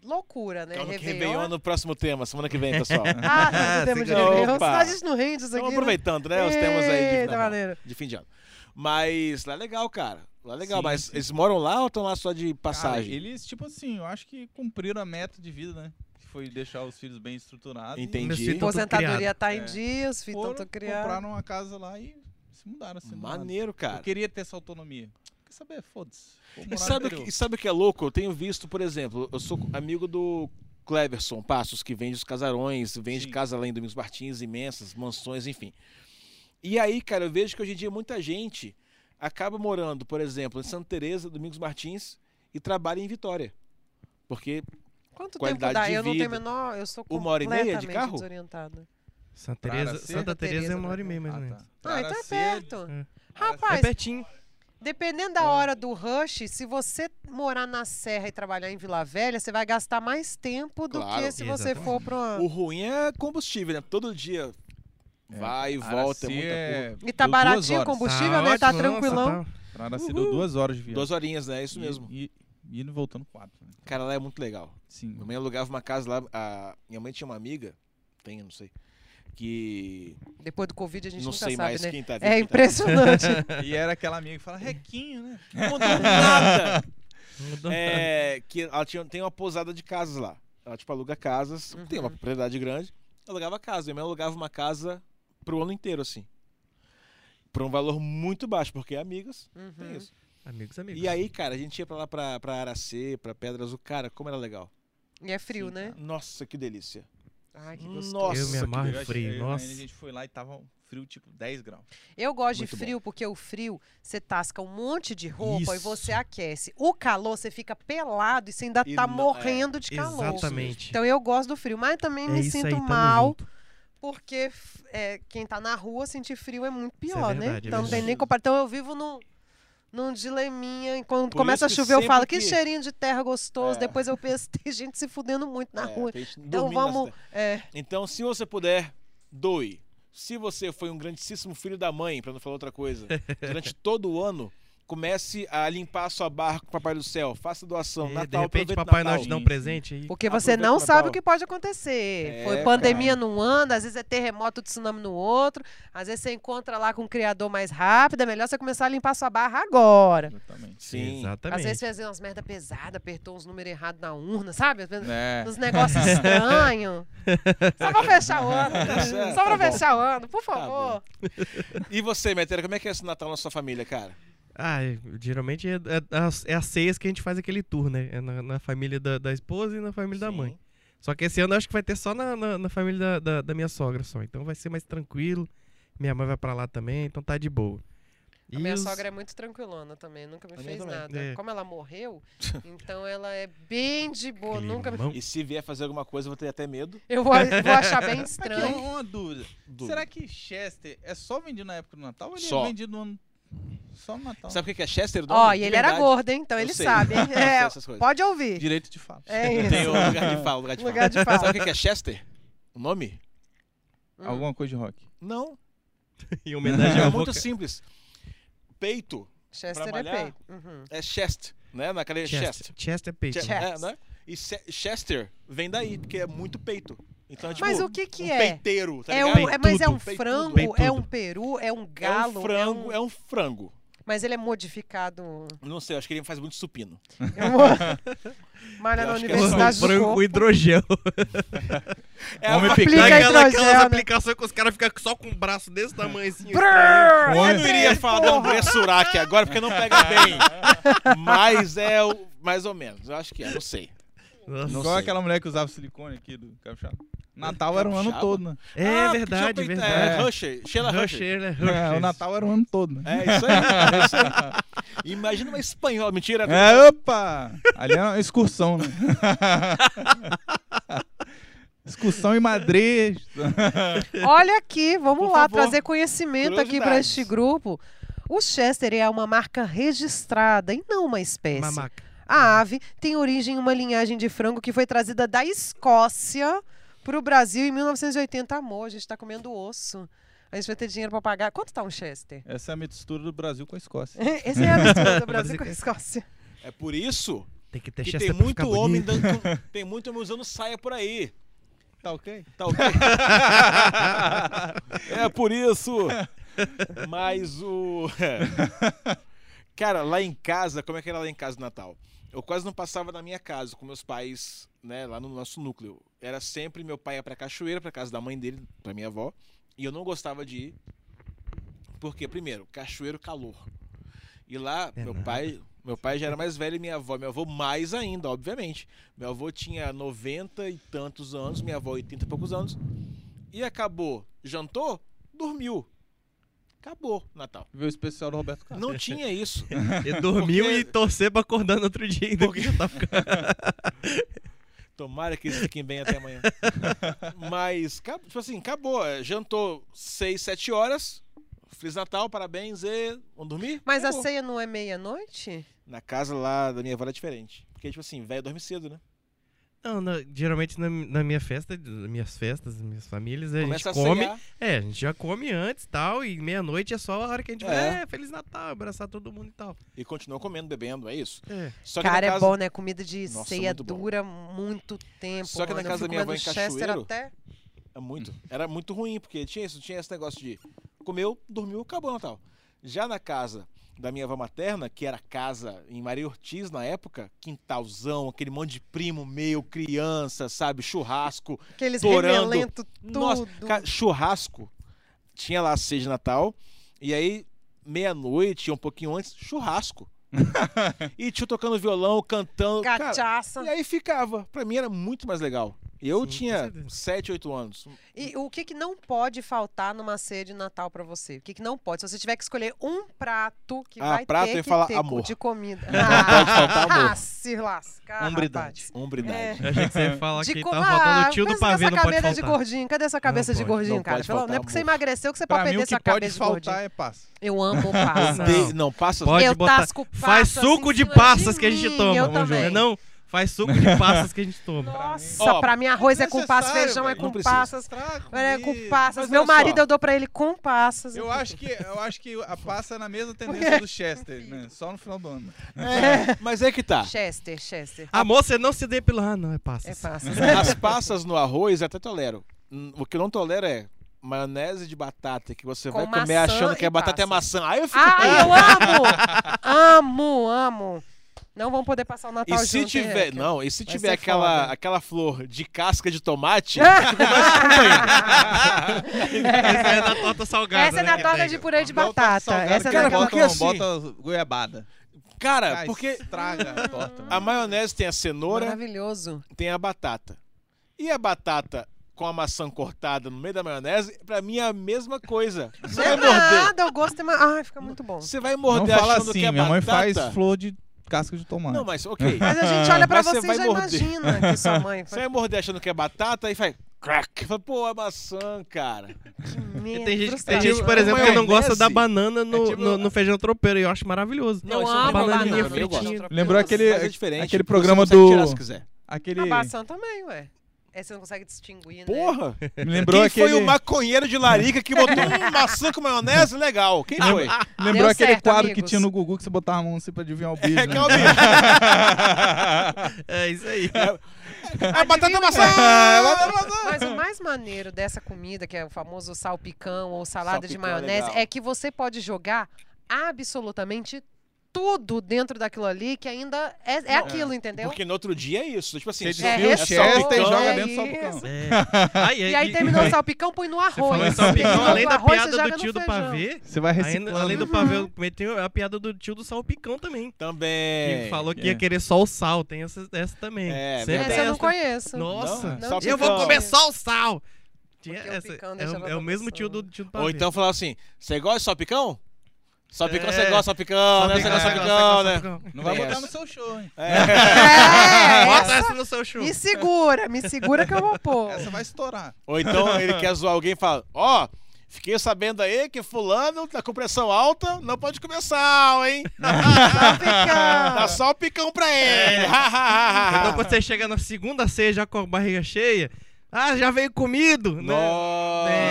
[SPEAKER 3] loucura, né?
[SPEAKER 1] Calma que Réveillon é no próximo tema, semana que vem, pessoal.
[SPEAKER 3] Ah, tá, temos de
[SPEAKER 1] Opa.
[SPEAKER 3] Réveillon. Senão a gente não tá rende isso aqui.
[SPEAKER 1] Estamos
[SPEAKER 3] né?
[SPEAKER 1] aproveitando, né? Os temas aí de,
[SPEAKER 3] Eita,
[SPEAKER 1] final,
[SPEAKER 3] maneiro.
[SPEAKER 1] de fim de ano. Mas lá é legal, cara. Lá é legal,
[SPEAKER 4] Sim,
[SPEAKER 1] mas
[SPEAKER 4] sim.
[SPEAKER 1] eles moram lá ou estão lá só de
[SPEAKER 4] Cara,
[SPEAKER 1] passagem?
[SPEAKER 4] eles, tipo assim, eu acho que cumpriram a meta de vida, né? Que foi deixar os filhos bem estruturados.
[SPEAKER 1] Entendi.
[SPEAKER 2] Meus filhos tão tudo
[SPEAKER 3] Aposentadoria
[SPEAKER 2] criado.
[SPEAKER 3] tá em
[SPEAKER 4] É.
[SPEAKER 3] dia, os
[SPEAKER 4] E
[SPEAKER 3] filhos
[SPEAKER 4] foram,
[SPEAKER 3] estão criados.
[SPEAKER 4] compraram uma casa lá e se mudaram. Assim, do nada.
[SPEAKER 1] Maneiro, cara.
[SPEAKER 4] Eu queria ter essa autonomia. Quer saber? Foda-se. Vou morar
[SPEAKER 1] E
[SPEAKER 4] no
[SPEAKER 1] sabe, o que-
[SPEAKER 4] interior.
[SPEAKER 1] e sabe o que é louco? Eu tenho visto, por exemplo, eu sou amigo do Cleverson Passos, que vende os casarões, vende
[SPEAKER 4] Sim.
[SPEAKER 1] casa lá em Domingos Martins, imensas, mansões, enfim. E aí, cara, eu vejo que hoje em dia muita gente acaba morando, por exemplo, em Santa Teresa, Domingos Martins, e trabalha em Vitória. Porque
[SPEAKER 3] Quanto tempo
[SPEAKER 1] Qualidade
[SPEAKER 3] dá?
[SPEAKER 1] de
[SPEAKER 3] Eu não tenho a
[SPEAKER 1] vida.
[SPEAKER 3] menor. Eu sou
[SPEAKER 1] Uma hora e meia de
[SPEAKER 3] completamente
[SPEAKER 1] carro?
[SPEAKER 3] desorientada.
[SPEAKER 2] Santa
[SPEAKER 4] Pra
[SPEAKER 2] Teresa,
[SPEAKER 4] Aracê?
[SPEAKER 2] Santa Teresa é uma
[SPEAKER 3] Teresa,
[SPEAKER 2] hora e meia, mais
[SPEAKER 4] Ah,
[SPEAKER 2] ou
[SPEAKER 4] tá.
[SPEAKER 2] menos.
[SPEAKER 3] Ah, então é
[SPEAKER 4] Aracê,
[SPEAKER 3] perto.
[SPEAKER 1] Hum.
[SPEAKER 2] É.
[SPEAKER 3] Rapaz,
[SPEAKER 2] É pertinho.
[SPEAKER 3] dependendo
[SPEAKER 1] Ah.
[SPEAKER 3] da hora do rush, se você morar na Serra e trabalhar em Vila Velha, você vai gastar mais tempo do
[SPEAKER 1] Claro.
[SPEAKER 3] que se você for pra uma...
[SPEAKER 1] o ruim é combustível, né? Todo dia vai e volta, é muita
[SPEAKER 4] Aracê
[SPEAKER 1] curva.
[SPEAKER 4] é-
[SPEAKER 3] E tá
[SPEAKER 4] deu
[SPEAKER 3] baratinho o
[SPEAKER 4] duas horas.
[SPEAKER 3] combustível, né? Tá
[SPEAKER 2] ótimo, nossa,
[SPEAKER 3] tranquilão.
[SPEAKER 2] tá-
[SPEAKER 4] Pra Aracê deu duas horas de viagem.
[SPEAKER 1] Duas horinhas, né? É isso
[SPEAKER 4] E-
[SPEAKER 1] mesmo.
[SPEAKER 4] E, e indo e voltando quatro. Né?
[SPEAKER 1] Cara, lá é muito legal.
[SPEAKER 4] Sim.
[SPEAKER 1] Minha mãe alugava uma casa lá. a- Minha mãe tinha uma amiga, tem, eu não sei, que.
[SPEAKER 3] Depois do Covid a gente
[SPEAKER 1] não
[SPEAKER 3] nunca
[SPEAKER 1] sei
[SPEAKER 3] sabe,
[SPEAKER 1] mais
[SPEAKER 3] né?
[SPEAKER 1] quem tá vivo.
[SPEAKER 3] É
[SPEAKER 1] quem tá vivo.
[SPEAKER 3] impressionante.
[SPEAKER 4] E era aquela amiga que fala, Requinho, né?
[SPEAKER 1] Não mudou nada.
[SPEAKER 2] Mudou.
[SPEAKER 1] É, que ela tinha, tem uma pousada de casas lá. Ela, tipo, aluga casas,
[SPEAKER 3] Uhum.
[SPEAKER 1] tem uma propriedade grande, alugava casa. Minha mãe alugava uma casa pro ano inteiro, assim. Por um valor muito baixo, porque amigas, tem
[SPEAKER 3] Uhum.
[SPEAKER 1] isso.
[SPEAKER 2] Amigos, amigos.
[SPEAKER 1] E aí, cara, a gente ia pra lá pra, pra Aracê, pra Pedras do Cara, como era legal.
[SPEAKER 3] E é frio,
[SPEAKER 4] Sim,
[SPEAKER 3] né?
[SPEAKER 4] cara.
[SPEAKER 1] Nossa, que delícia.
[SPEAKER 3] Ai, que
[SPEAKER 1] Nossa.
[SPEAKER 3] gostoso.
[SPEAKER 2] eu me
[SPEAKER 1] que
[SPEAKER 2] amarro em
[SPEAKER 4] Eu acho que eu
[SPEAKER 2] frio,
[SPEAKER 4] e a
[SPEAKER 2] nossa.
[SPEAKER 4] Rainha, A gente foi lá e tava um frio, tipo, 10 graus.
[SPEAKER 3] Eu gosto
[SPEAKER 1] Muito
[SPEAKER 3] de
[SPEAKER 1] bom.
[SPEAKER 3] frio porque o frio você tasca um monte de roupa e
[SPEAKER 2] Isso.
[SPEAKER 3] você aquece. O calor você fica pelado e você ainda
[SPEAKER 1] E
[SPEAKER 3] tá
[SPEAKER 1] não- é,
[SPEAKER 3] morrendo de calor.
[SPEAKER 2] Exatamente.
[SPEAKER 3] Então eu gosto do frio, mas também
[SPEAKER 2] é
[SPEAKER 3] me
[SPEAKER 2] isso
[SPEAKER 3] sinto
[SPEAKER 2] aí, tamo
[SPEAKER 3] mal
[SPEAKER 2] junto.
[SPEAKER 3] porque f- é, quem tá na rua sentir frio é muito
[SPEAKER 2] Isso é
[SPEAKER 3] pior, né?
[SPEAKER 2] verdade, é
[SPEAKER 3] então não tem
[SPEAKER 2] verdade.
[SPEAKER 3] nem compara. Então eu vivo num num dileminha, e quando
[SPEAKER 1] Por
[SPEAKER 3] começa a
[SPEAKER 1] isso que
[SPEAKER 3] chover eu
[SPEAKER 1] sempre
[SPEAKER 3] falo que,
[SPEAKER 1] que-
[SPEAKER 3] cheirinho de terra gostoso,
[SPEAKER 1] É.
[SPEAKER 3] depois eu penso tem gente se fudendo muito na
[SPEAKER 1] É,
[SPEAKER 3] rua.
[SPEAKER 1] tem gente
[SPEAKER 3] Então
[SPEAKER 1] dormindo na
[SPEAKER 3] vamos, é,
[SPEAKER 1] Então, se você puder, doe. Se você foi um grandíssimo filho da mãe, pra não falar outra coisa, durante todo o ano, Comece a limpar a sua barra com o Papai do Céu. Faça doação.
[SPEAKER 2] É,
[SPEAKER 1] Natal,
[SPEAKER 2] de repente,
[SPEAKER 1] aproveita o
[SPEAKER 2] Papai
[SPEAKER 1] Natal.
[SPEAKER 2] Noel te dá um presente aí.
[SPEAKER 3] Porque você
[SPEAKER 1] Aproveita
[SPEAKER 3] não
[SPEAKER 1] o
[SPEAKER 3] sabe
[SPEAKER 1] Natal.
[SPEAKER 3] o que pode acontecer.
[SPEAKER 1] É,
[SPEAKER 3] Foi pandemia num ano, às vezes é terremoto, tsunami no outro. Às vezes você encontra lá com um criador mais rápido. É melhor você começar a limpar sua barra agora.
[SPEAKER 4] Exatamente.
[SPEAKER 1] Sim.
[SPEAKER 3] Às
[SPEAKER 2] Exatamente.
[SPEAKER 3] vezes fez umas merda pesada, apertou uns números errados na urna, sabe? Às vezes
[SPEAKER 4] É.
[SPEAKER 3] Uns negócios estranhos. Só pra fechar o ano.
[SPEAKER 1] certo,
[SPEAKER 3] Só pra
[SPEAKER 1] tá bom.
[SPEAKER 3] fechar o ano, por
[SPEAKER 1] Tá
[SPEAKER 3] favor.
[SPEAKER 1] E você, Meteoro, como é que é esse Natal na sua família, cara?
[SPEAKER 2] Ah, é- geralmente é, é as- é as ceias que a gente faz aquele tour, né? É na, na família da, da esposa e na família da mãe. Só que esse ano eu acho que vai ter só na, na, na família da, da, da minha sogra só. Então vai ser mais tranquilo. Minha mãe vai pra lá também, então tá de boa.
[SPEAKER 3] a minha
[SPEAKER 2] os-
[SPEAKER 3] sogra é muito tranquilona também, nunca me
[SPEAKER 1] minha
[SPEAKER 3] fez
[SPEAKER 1] também.
[SPEAKER 3] nada.
[SPEAKER 2] É.
[SPEAKER 3] Como ela morreu, então ela é bem de boa,
[SPEAKER 2] Climão.
[SPEAKER 3] nunca me...
[SPEAKER 1] E se vier fazer alguma coisa, eu vou ter até medo.
[SPEAKER 3] Eu vou, vou achar bem
[SPEAKER 4] Aqui
[SPEAKER 1] é um
[SPEAKER 3] estranho.
[SPEAKER 4] uma dúvida.
[SPEAKER 1] Do...
[SPEAKER 4] Será que Chester é só vendido na época do Natal ou ele
[SPEAKER 1] Só.
[SPEAKER 4] é vendido no ano... Só no Natal?
[SPEAKER 1] Sabe o que que é Chester? o nome?
[SPEAKER 3] Ó,
[SPEAKER 1] De
[SPEAKER 3] e ele era
[SPEAKER 1] verdade.
[SPEAKER 3] gordo, hein? Então
[SPEAKER 1] Eu
[SPEAKER 3] ele
[SPEAKER 1] sei.
[SPEAKER 3] sabe, hein?
[SPEAKER 1] Eu sei
[SPEAKER 3] É,
[SPEAKER 1] essas coisas.
[SPEAKER 3] pode ouvir.
[SPEAKER 4] Direito de fato.
[SPEAKER 3] É isso.
[SPEAKER 1] Tem o lugar de fala, lugar de
[SPEAKER 3] Lugar de
[SPEAKER 1] fala. Sabe o
[SPEAKER 3] fala.
[SPEAKER 1] que que é Chester? O nome?
[SPEAKER 4] Alguma coisa de rock.
[SPEAKER 1] Não.
[SPEAKER 2] em homenagem
[SPEAKER 1] é
[SPEAKER 2] ao
[SPEAKER 1] muito
[SPEAKER 2] Boca.
[SPEAKER 1] simples. Peito
[SPEAKER 3] Chester é
[SPEAKER 1] Trabalhar?
[SPEAKER 3] feio. Uhum.
[SPEAKER 1] é chest, né? Na cadeia chest.
[SPEAKER 2] Chester. Chester é peito.
[SPEAKER 1] Che-
[SPEAKER 3] Chest.
[SPEAKER 1] é, né? E che- Chester vem daí, porque é muito peito. Então é tipo
[SPEAKER 3] Mas o que que
[SPEAKER 1] um
[SPEAKER 3] é?
[SPEAKER 1] peiteiro, tá
[SPEAKER 3] É um-
[SPEAKER 1] ligado?
[SPEAKER 3] é- mas é um
[SPEAKER 1] Peitudo.
[SPEAKER 3] frango,
[SPEAKER 2] Peitudo.
[SPEAKER 3] é um peru, é um galo,
[SPEAKER 1] é um frango, é um... frango.
[SPEAKER 3] Mas ele é modificado.
[SPEAKER 1] Não sei, acho que ele faz muito supino.
[SPEAKER 3] Eu vou- Malha
[SPEAKER 1] Eu
[SPEAKER 3] na
[SPEAKER 1] acho que é
[SPEAKER 2] É um
[SPEAKER 3] Universidade do
[SPEAKER 2] frango
[SPEAKER 3] Corpo.
[SPEAKER 2] com hidrogel.
[SPEAKER 1] É
[SPEAKER 4] Homem
[SPEAKER 1] uma-
[SPEAKER 4] pequeno.
[SPEAKER 3] Aplica
[SPEAKER 2] Aquela-
[SPEAKER 3] hidrogel,
[SPEAKER 2] aquelas
[SPEAKER 3] né?
[SPEAKER 2] aplicações que os caras ficam só com o braço desse tamanho assim.
[SPEAKER 3] Brrr,
[SPEAKER 1] Eu
[SPEAKER 4] Olha.
[SPEAKER 1] não iria falar da Andressa Urach agora, porque não pega bem. Mas é o- mais ou menos. Eu acho que é, não sei.
[SPEAKER 2] assim. Nossa.
[SPEAKER 1] Não
[SPEAKER 4] Igual
[SPEAKER 1] sei.
[SPEAKER 4] aquela mulher que usava silicone aqui do Capixaba. Natal era um ano
[SPEAKER 1] Capixaba?
[SPEAKER 4] todo, né?
[SPEAKER 2] É
[SPEAKER 1] Ah,
[SPEAKER 2] verdade,
[SPEAKER 1] Chopin-
[SPEAKER 2] verdade.
[SPEAKER 1] É, Rusher, Sheila Rusher.
[SPEAKER 2] Rusher, né?
[SPEAKER 4] É, o
[SPEAKER 2] Rushers.
[SPEAKER 4] Natal era um ano todo, né?
[SPEAKER 1] É isso aí, é isso aí. Imagina uma espanhola. Mentira.
[SPEAKER 4] É, opa! Ali é uma excursão, né? excursão em Madrid.
[SPEAKER 3] Olha aqui, vamos
[SPEAKER 1] Por
[SPEAKER 3] lá
[SPEAKER 1] favor.
[SPEAKER 3] trazer conhecimento aqui para
[SPEAKER 1] Curiosidades.
[SPEAKER 3] este grupo. O Chester é uma marca registrada e não uma espécie.
[SPEAKER 2] Mamaca.
[SPEAKER 3] A ave tem origem em uma linhagem de frango que foi trazida da Escócia para o Brasil em 1980. Amor, a gente está comendo osso. A gente vai ter dinheiro para pagar. Quanto tá um Chester?
[SPEAKER 4] Essa é a mistura do Brasil com a Escócia.
[SPEAKER 3] Esse é a mistura do Brasil
[SPEAKER 2] Brasil
[SPEAKER 3] com a
[SPEAKER 2] com-
[SPEAKER 3] Escócia.
[SPEAKER 1] É por isso
[SPEAKER 2] Tem que ter
[SPEAKER 1] que
[SPEAKER 2] Chester
[SPEAKER 1] tem
[SPEAKER 2] pra
[SPEAKER 1] muito
[SPEAKER 2] ficar
[SPEAKER 1] homem
[SPEAKER 2] bonito.
[SPEAKER 1] dando, tem muito homem usando saia por aí.
[SPEAKER 4] Tá ok?
[SPEAKER 1] Tá ok? é por isso. Mas o Cara, lá em casa, como é que era lá em casa no Natal? Eu quase não passava na minha casa com meus pais, né, lá no nosso núcleo. Era sempre meu pai ia pra cachoeira, pra casa da mãe dele, pra minha avó, e eu não gostava de ir. Porque primeiro, cachoeiro calor. E lá,
[SPEAKER 2] É
[SPEAKER 1] meu
[SPEAKER 2] nada.
[SPEAKER 1] pai, meu pai já era mais velho e minha avó, meu avô mais ainda, obviamente. Meu avô tinha 90 e tantos anos, minha avó 80 e poucos anos. E acabou, jantou, dormiu. Acabou Natal.
[SPEAKER 4] Viu o especial do Roberto Carlos.
[SPEAKER 1] Não tinha isso.
[SPEAKER 2] E dormiu
[SPEAKER 1] Porque-
[SPEAKER 2] e torcer pra acordar no outro dia ainda. que já tá ficando-
[SPEAKER 1] Tomara que eles fiquem bem até amanhã. Mas, ca- tipo assim, acabou. É, Jantou 6, 7 horas. Feliz Natal, parabéns e. Vamos dormir?
[SPEAKER 3] Mas a
[SPEAKER 1] Acabou.
[SPEAKER 3] ceia não é meia-noite?
[SPEAKER 1] Na casa lá da minha avó é diferente. Porque, tipo assim, velho dorme cedo, né?
[SPEAKER 2] Não, na- geralmente na, na minha festa, nas minhas festas, nas minhas famílias, a
[SPEAKER 1] Começa a
[SPEAKER 2] gente come.
[SPEAKER 1] cear.
[SPEAKER 2] É, a gente já come antes e tal, e meia-noite é só a hora que a gente vai.
[SPEAKER 1] É.
[SPEAKER 2] É, Feliz Natal, abraçar todo mundo e tal.
[SPEAKER 1] E continua comendo, bebendo, é isso.
[SPEAKER 2] É.
[SPEAKER 1] Só que na
[SPEAKER 3] Cara, é
[SPEAKER 1] casa,
[SPEAKER 3] bom, né? Comida de
[SPEAKER 1] Nossa,
[SPEAKER 3] ceia
[SPEAKER 1] muito bom.
[SPEAKER 3] dura muito tempo.
[SPEAKER 1] Só que na
[SPEAKER 3] mano. Eu
[SPEAKER 1] casa da
[SPEAKER 3] fico
[SPEAKER 1] minha avó
[SPEAKER 3] comendo
[SPEAKER 1] em
[SPEAKER 3] Chester
[SPEAKER 1] Cachoeiro,
[SPEAKER 3] até...
[SPEAKER 1] É muito. Era muito ruim, porque tinha isso, tinha esse negócio de comeu, dormiu, acabou o Natal. Já na casa da minha avó materna, que era casa em Maria Ortiz na época, quintalzão, aquele monte de primo meu, criança, sabe, churrasco.
[SPEAKER 3] Aqueles
[SPEAKER 1] torando.
[SPEAKER 3] remelento tudo.
[SPEAKER 1] Nossa, ca- churrasco. Tinha lá a ceia de Natal, e aí meia-noite, um pouquinho antes, churrasco. e tio tocando violão, cantando. cara,
[SPEAKER 3] cachaça.
[SPEAKER 1] e aí ficava. Pra mim era muito mais legal. Eu
[SPEAKER 2] Sim, com
[SPEAKER 1] tinha
[SPEAKER 2] certeza. É.
[SPEAKER 1] 7, 8 anos.
[SPEAKER 3] E o que, que não pode faltar numa ceia de Natal pra você? O que, que não pode? Se você tiver que escolher um prato que
[SPEAKER 1] Ah,
[SPEAKER 3] vai
[SPEAKER 1] prato, eu
[SPEAKER 3] ter
[SPEAKER 1] ia
[SPEAKER 3] que
[SPEAKER 1] falar
[SPEAKER 3] ter
[SPEAKER 1] amor.
[SPEAKER 3] de comida.
[SPEAKER 1] Não pode faltar amor.
[SPEAKER 3] Ah, se lascar,
[SPEAKER 2] Um
[SPEAKER 4] Hombridade.
[SPEAKER 3] rapaz.
[SPEAKER 1] Hombridade.
[SPEAKER 2] Eu achei que você ia falar
[SPEAKER 3] De
[SPEAKER 2] que
[SPEAKER 3] co-
[SPEAKER 2] tava tá faltando
[SPEAKER 3] Ah,
[SPEAKER 2] o tio do
[SPEAKER 3] pensa
[SPEAKER 2] pavê,
[SPEAKER 3] nessa
[SPEAKER 2] não pode
[SPEAKER 3] cabeça de
[SPEAKER 2] faltar.
[SPEAKER 3] gordinho. Cadê essa cabeça de
[SPEAKER 2] pode,
[SPEAKER 3] gordinho,
[SPEAKER 1] não
[SPEAKER 3] cara?
[SPEAKER 1] pode
[SPEAKER 3] Pelo- não é
[SPEAKER 1] faltar
[SPEAKER 3] porque você
[SPEAKER 1] amor.
[SPEAKER 3] emagreceu que você
[SPEAKER 4] Pra
[SPEAKER 3] pode
[SPEAKER 4] mim,
[SPEAKER 3] perder
[SPEAKER 4] o que
[SPEAKER 3] essa
[SPEAKER 4] pode
[SPEAKER 3] cabeça de
[SPEAKER 4] faltar
[SPEAKER 3] gordinho.
[SPEAKER 4] é passa.
[SPEAKER 3] Eu amo passa.
[SPEAKER 1] De- não, passa
[SPEAKER 2] Pode
[SPEAKER 3] eu
[SPEAKER 2] botar-
[SPEAKER 3] tasco
[SPEAKER 2] Faz
[SPEAKER 3] passas em
[SPEAKER 2] suco de
[SPEAKER 3] cima
[SPEAKER 2] passas que a
[SPEAKER 3] mim,
[SPEAKER 2] gente toma.
[SPEAKER 3] assim, Eu
[SPEAKER 2] João.
[SPEAKER 3] também.
[SPEAKER 2] Não, Faz suco de passas que a gente toma.
[SPEAKER 3] Nossa,
[SPEAKER 1] Ó,
[SPEAKER 3] pra mim arroz é com passas,
[SPEAKER 1] necessário,
[SPEAKER 3] feijão é
[SPEAKER 1] velho, não
[SPEAKER 3] com
[SPEAKER 1] precisa.
[SPEAKER 3] passas.
[SPEAKER 4] Trago
[SPEAKER 3] É
[SPEAKER 4] mesmo.
[SPEAKER 3] com assim. passas.
[SPEAKER 4] Mas
[SPEAKER 3] Meu
[SPEAKER 4] olha só,
[SPEAKER 3] marido eu dou pra ele com passas.
[SPEAKER 4] Eu acho, que, eu acho que a passa é na mesma tendência do Chester, né? Só no final do ano.
[SPEAKER 1] É, mas é que tá.
[SPEAKER 3] Chester, Chester.
[SPEAKER 2] A moça não se depilar. Ah, não, é
[SPEAKER 3] É
[SPEAKER 2] passas.
[SPEAKER 3] passas.
[SPEAKER 1] As passas no arroz eu até tolero. Hum, O que eu não tolero é maionese de batata que você
[SPEAKER 3] Com
[SPEAKER 1] vai comer
[SPEAKER 3] maçã
[SPEAKER 1] achando que
[SPEAKER 3] e Ah,
[SPEAKER 1] é batata é
[SPEAKER 3] passas.
[SPEAKER 1] maçã. Aí eu fico.
[SPEAKER 3] Ai, eu amo! Amo, amo. Não vão poder passar o Natal
[SPEAKER 1] E se
[SPEAKER 3] junto, hein,
[SPEAKER 1] tiver,
[SPEAKER 3] Raquel?
[SPEAKER 1] não, e se
[SPEAKER 3] é, Vai
[SPEAKER 1] tiver
[SPEAKER 3] ser
[SPEAKER 1] aquela,
[SPEAKER 3] foda. Ah!
[SPEAKER 1] aquela flor de casca de tomate,
[SPEAKER 2] Essa é na torta salgada.
[SPEAKER 3] Essa é
[SPEAKER 2] né,
[SPEAKER 3] na
[SPEAKER 2] que
[SPEAKER 3] torta
[SPEAKER 2] tem.
[SPEAKER 3] de purê de
[SPEAKER 4] Bota
[SPEAKER 3] batata.
[SPEAKER 4] salgado,
[SPEAKER 3] Essa é
[SPEAKER 4] que
[SPEAKER 1] Cara,
[SPEAKER 3] naquela...
[SPEAKER 1] porque
[SPEAKER 4] bota,
[SPEAKER 1] assim-
[SPEAKER 4] bota goiabada.
[SPEAKER 1] cara,
[SPEAKER 4] Cara,
[SPEAKER 1] É, porque
[SPEAKER 4] estraga a torta.
[SPEAKER 1] a maionese tem a cenoura,
[SPEAKER 3] Maravilhoso.
[SPEAKER 1] tem a batata. E a batata com a maçã cortada no meio da maionese, pra mim é a mesma coisa. Você vai
[SPEAKER 3] É
[SPEAKER 1] morder.
[SPEAKER 3] nada, o gosto é... ma- Ai, fica muito bom.
[SPEAKER 1] Você vai
[SPEAKER 4] Não
[SPEAKER 1] morder
[SPEAKER 4] fala
[SPEAKER 1] achando
[SPEAKER 4] assim,
[SPEAKER 1] que é
[SPEAKER 4] minha mãe
[SPEAKER 1] batata.
[SPEAKER 4] faz flor de casca de tomate.
[SPEAKER 1] Não, mas ok.
[SPEAKER 3] Mas a gente olha pra
[SPEAKER 1] Mas você
[SPEAKER 3] você
[SPEAKER 1] vai
[SPEAKER 3] e já
[SPEAKER 1] morder.
[SPEAKER 3] imagina que sua mãe...
[SPEAKER 1] Você vai morder achando que é batata e faz crack. Fala, Pô, é maçã, cara.
[SPEAKER 3] Medo,
[SPEAKER 2] Tem gente, tem
[SPEAKER 3] frustrado.
[SPEAKER 2] gente, por exemplo, que não gosta da
[SPEAKER 1] Maionese.
[SPEAKER 2] banana no,
[SPEAKER 1] É tipo-
[SPEAKER 2] no- no feijão tropeiro. E eu acho maravilhoso.
[SPEAKER 1] Não,
[SPEAKER 3] eu
[SPEAKER 1] isso não tem
[SPEAKER 3] amo
[SPEAKER 1] problema
[SPEAKER 3] banana
[SPEAKER 1] nenhum, eu gosto.
[SPEAKER 3] fritinha.
[SPEAKER 4] Lembrou aquele-
[SPEAKER 1] Mas é diferente.
[SPEAKER 4] aquele
[SPEAKER 1] você
[SPEAKER 4] programa
[SPEAKER 1] consegue
[SPEAKER 4] do-
[SPEAKER 1] tirar se quiser.
[SPEAKER 4] Aquele.
[SPEAKER 3] A maçã também, ué. Essa você não consegue distinguir, né?
[SPEAKER 1] Porra!
[SPEAKER 4] Me lembrou
[SPEAKER 1] Quem
[SPEAKER 4] aquele.
[SPEAKER 1] foi o maconheiro de Larica que botou um maçã com maionese? Legal. Quem foi?
[SPEAKER 4] Lembrou
[SPEAKER 3] Deu
[SPEAKER 4] aquele
[SPEAKER 3] certo,
[SPEAKER 4] quadro que
[SPEAKER 3] amigos.
[SPEAKER 4] tinha no Gugu que você botava a mão assim pra adivinhar o bicho.
[SPEAKER 1] É,
[SPEAKER 4] né?
[SPEAKER 1] que é o bicho.
[SPEAKER 2] É isso aí.
[SPEAKER 1] É batata maçã!
[SPEAKER 3] né?
[SPEAKER 1] É
[SPEAKER 3] Mas o mais maneiro dessa comida, que é o famoso salpicão ou salada de
[SPEAKER 1] Salpicão é
[SPEAKER 3] maionese,
[SPEAKER 1] legal.
[SPEAKER 3] é que você pode jogar absolutamente tudo dentro daquilo ali, que ainda é, é aquilo, entendeu?
[SPEAKER 1] Porque no outro dia é isso. Tipo assim,
[SPEAKER 4] Você
[SPEAKER 1] se-
[SPEAKER 4] desvia
[SPEAKER 1] é
[SPEAKER 4] o Chester e
[SPEAKER 1] salpicão,
[SPEAKER 4] joga
[SPEAKER 3] é
[SPEAKER 4] dentro do
[SPEAKER 3] isso.
[SPEAKER 4] salpicão.
[SPEAKER 2] É. Aí,
[SPEAKER 3] E aí terminou o salpicão, põe no
[SPEAKER 2] Falando em
[SPEAKER 3] arroz.
[SPEAKER 2] salpicão,
[SPEAKER 3] Terminou
[SPEAKER 2] além
[SPEAKER 3] no
[SPEAKER 2] da
[SPEAKER 3] arroz, você
[SPEAKER 2] piada
[SPEAKER 3] joga
[SPEAKER 2] do
[SPEAKER 3] no
[SPEAKER 2] tio do
[SPEAKER 3] feijão. Uhum.
[SPEAKER 2] pavê,
[SPEAKER 4] Você vai
[SPEAKER 2] ainda-
[SPEAKER 4] reciclando.
[SPEAKER 2] além do pavê, eu meti a piada do tio do salpicão também.
[SPEAKER 1] Também.
[SPEAKER 2] Que falou que
[SPEAKER 4] é.
[SPEAKER 2] ia querer só o sal. Tem essa, essa também.
[SPEAKER 1] É,
[SPEAKER 2] Sempre
[SPEAKER 1] verdade.
[SPEAKER 3] Essa
[SPEAKER 2] tem
[SPEAKER 3] eu não
[SPEAKER 2] essa-
[SPEAKER 3] conheço.
[SPEAKER 2] Nossa.
[SPEAKER 1] Não,
[SPEAKER 3] Eu
[SPEAKER 1] salpicão.
[SPEAKER 2] Eu vou comer
[SPEAKER 3] comer
[SPEAKER 2] só o sal. Tinha
[SPEAKER 3] Porque o
[SPEAKER 2] essa-
[SPEAKER 3] picão
[SPEAKER 2] é,
[SPEAKER 3] deixa
[SPEAKER 2] o,
[SPEAKER 3] pra
[SPEAKER 2] é o
[SPEAKER 3] outra
[SPEAKER 2] mesmo tio do
[SPEAKER 3] pessoa.
[SPEAKER 2] tio do pavê.
[SPEAKER 1] Ou então falava assim: você gosta de salpicão? Salpicão, você
[SPEAKER 2] É.
[SPEAKER 1] gosta de salpicão, né? Você gosta de
[SPEAKER 4] Salpicão,
[SPEAKER 1] salpicão, né?
[SPEAKER 4] Não vai
[SPEAKER 1] Tem
[SPEAKER 4] botar
[SPEAKER 1] essa.
[SPEAKER 4] no seu show, hein?
[SPEAKER 1] É.
[SPEAKER 3] É,
[SPEAKER 2] Bota
[SPEAKER 3] essa-
[SPEAKER 2] essa no seu show.
[SPEAKER 3] Me segura, me segura que eu vou pôr.
[SPEAKER 4] Essa vai estourar.
[SPEAKER 1] Ou então ele quer zoar alguém e fala: ó. Fiquei sabendo aí que fulano tá com pressão alta, não pode comer sal, hein? Dá
[SPEAKER 3] Salpicão.
[SPEAKER 1] só o picão pra ele.
[SPEAKER 2] Ah. É. Então quando você chega na segunda ceia já com a barriga cheia, ah, já veio comido, né?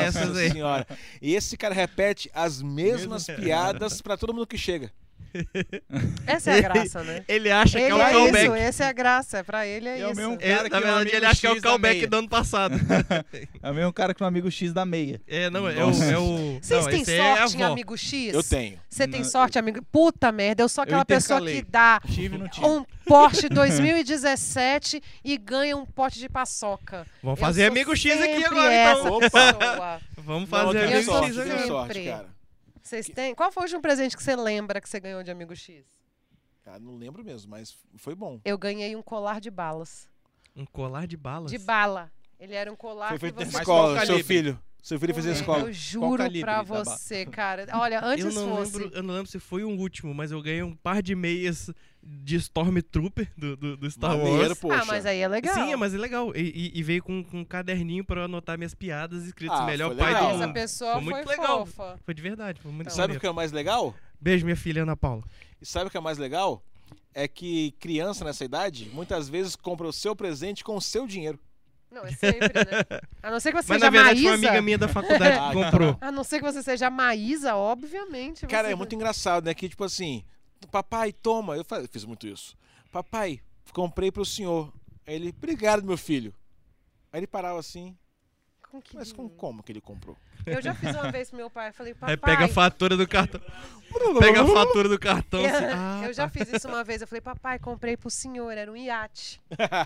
[SPEAKER 2] Dessas
[SPEAKER 1] Nossa
[SPEAKER 2] aí.
[SPEAKER 1] senhora. E esse cara repete as mesmas piadas pra todo mundo que chega.
[SPEAKER 3] Essa é a graça, né?
[SPEAKER 2] Ele acha
[SPEAKER 3] Ele
[SPEAKER 2] que é o
[SPEAKER 3] é,
[SPEAKER 2] callback.
[SPEAKER 3] isso, essa é a graça. Pra ele é,
[SPEAKER 4] E é o
[SPEAKER 3] isso.
[SPEAKER 4] mesmo-
[SPEAKER 2] É,
[SPEAKER 4] Cara, que
[SPEAKER 2] na
[SPEAKER 4] é um
[SPEAKER 2] verdade, ele
[SPEAKER 4] amigo
[SPEAKER 2] acha que é o
[SPEAKER 4] X da
[SPEAKER 2] callback
[SPEAKER 4] meia.
[SPEAKER 2] do ano passado.
[SPEAKER 4] É o mesmo cara que um amigo X da meia.
[SPEAKER 2] é, não, é o. É o
[SPEAKER 3] Vocês
[SPEAKER 2] não,
[SPEAKER 3] têm
[SPEAKER 2] esse aí é a
[SPEAKER 3] sorte em
[SPEAKER 2] avó.
[SPEAKER 3] amigo X?
[SPEAKER 1] Eu tenho.
[SPEAKER 3] Você tem
[SPEAKER 4] Não,
[SPEAKER 3] sorte, amigo? Puta merda, eu sou aquela pessoa que
[SPEAKER 4] intercalei.
[SPEAKER 3] dá
[SPEAKER 4] Tive no time.
[SPEAKER 3] um pote 2017 e ganha um pote de paçoca.
[SPEAKER 2] Vamos
[SPEAKER 3] Eu
[SPEAKER 2] fazer
[SPEAKER 3] sou
[SPEAKER 2] amigo X aqui
[SPEAKER 3] sempre
[SPEAKER 2] agora,
[SPEAKER 3] essa
[SPEAKER 2] então.
[SPEAKER 3] pessoa.
[SPEAKER 1] Não,
[SPEAKER 2] Vamos fazer
[SPEAKER 1] eu
[SPEAKER 2] amigo
[SPEAKER 1] tenho
[SPEAKER 3] amigos
[SPEAKER 1] sorte, né? eu tenho
[SPEAKER 2] X agora.
[SPEAKER 1] sorte,
[SPEAKER 3] Sempre.
[SPEAKER 1] cara.
[SPEAKER 3] Vocês têm? Qual foi o último presente que você lembra que você ganhou de amigo X?
[SPEAKER 1] Ah, não lembro mesmo, mas foi bom.
[SPEAKER 3] Eu ganhei um colar de balas.
[SPEAKER 2] Um colar de balas.
[SPEAKER 3] De bala. Ele era um colar
[SPEAKER 1] Foi
[SPEAKER 3] que
[SPEAKER 1] feito na
[SPEAKER 3] você
[SPEAKER 4] Mas
[SPEAKER 1] escola,
[SPEAKER 4] qual
[SPEAKER 1] seu
[SPEAKER 4] calibre?
[SPEAKER 1] filho. Seu filho fez na escola.
[SPEAKER 3] Uhum. Eu juro
[SPEAKER 4] calibre
[SPEAKER 3] pra
[SPEAKER 4] da bala?
[SPEAKER 3] você, cara. Olha,
[SPEAKER 2] tá eu
[SPEAKER 3] antes
[SPEAKER 2] não
[SPEAKER 3] fosse.
[SPEAKER 2] lembro, eu não lembro se foi o último, mas eu ganhei um par de meias de Stormtrooper do, do, do Star
[SPEAKER 1] Maneiro,
[SPEAKER 2] Wars.
[SPEAKER 1] poxa.
[SPEAKER 3] Ah, mas aí é legal.
[SPEAKER 2] Sim, é, mas é legal. E, e- e veio com, com um caderninho pra eu anotar minhas piadas escritas.
[SPEAKER 1] Ah,
[SPEAKER 2] Melhor
[SPEAKER 1] foi
[SPEAKER 2] pai
[SPEAKER 1] legal.
[SPEAKER 2] do
[SPEAKER 3] Essa
[SPEAKER 2] mundo.
[SPEAKER 3] pessoa
[SPEAKER 2] então, Foi
[SPEAKER 3] foi,
[SPEAKER 2] muito legal.
[SPEAKER 3] fofa.
[SPEAKER 2] Foi de verdade, foi muito
[SPEAKER 1] Sabe o
[SPEAKER 2] maneiro.
[SPEAKER 1] que é o mais legal?
[SPEAKER 2] Beijo, minha filha Ana Paula.
[SPEAKER 1] E sabe o que é mais legal? É que criança nessa idade muitas vezes compra o seu presente com o seu dinheiro.
[SPEAKER 3] Não, é sempre, né? A não ser que você
[SPEAKER 2] Mas
[SPEAKER 3] seja
[SPEAKER 2] na verdade foi uma
[SPEAKER 3] Maísa.
[SPEAKER 2] amiga minha da faculdade
[SPEAKER 1] Ah,
[SPEAKER 2] que comprou.
[SPEAKER 3] A não ser que você seja a Maísa, obviamente.
[SPEAKER 2] Então
[SPEAKER 1] Cara,
[SPEAKER 3] você-
[SPEAKER 1] é muito engraçado, né? Que tipo assim, papai, toma. Eu fa- fiz muito isso. Papai, comprei pro senhor. Aí ele, obrigado, meu filho. Aí ele parava assim,
[SPEAKER 3] Com que
[SPEAKER 1] mas com
[SPEAKER 3] dinheiro?
[SPEAKER 1] como que ele comprou?
[SPEAKER 3] Eu já fiz uma vez pro meu pai, falei, Ah, papai.
[SPEAKER 2] Aí É, pega a fatura do cartão. Pega a fatura do cartão. assim, ah,
[SPEAKER 3] eu já
[SPEAKER 2] tá.
[SPEAKER 3] fiz isso uma vez, eu falei, papai, comprei pro senhor, era um iate.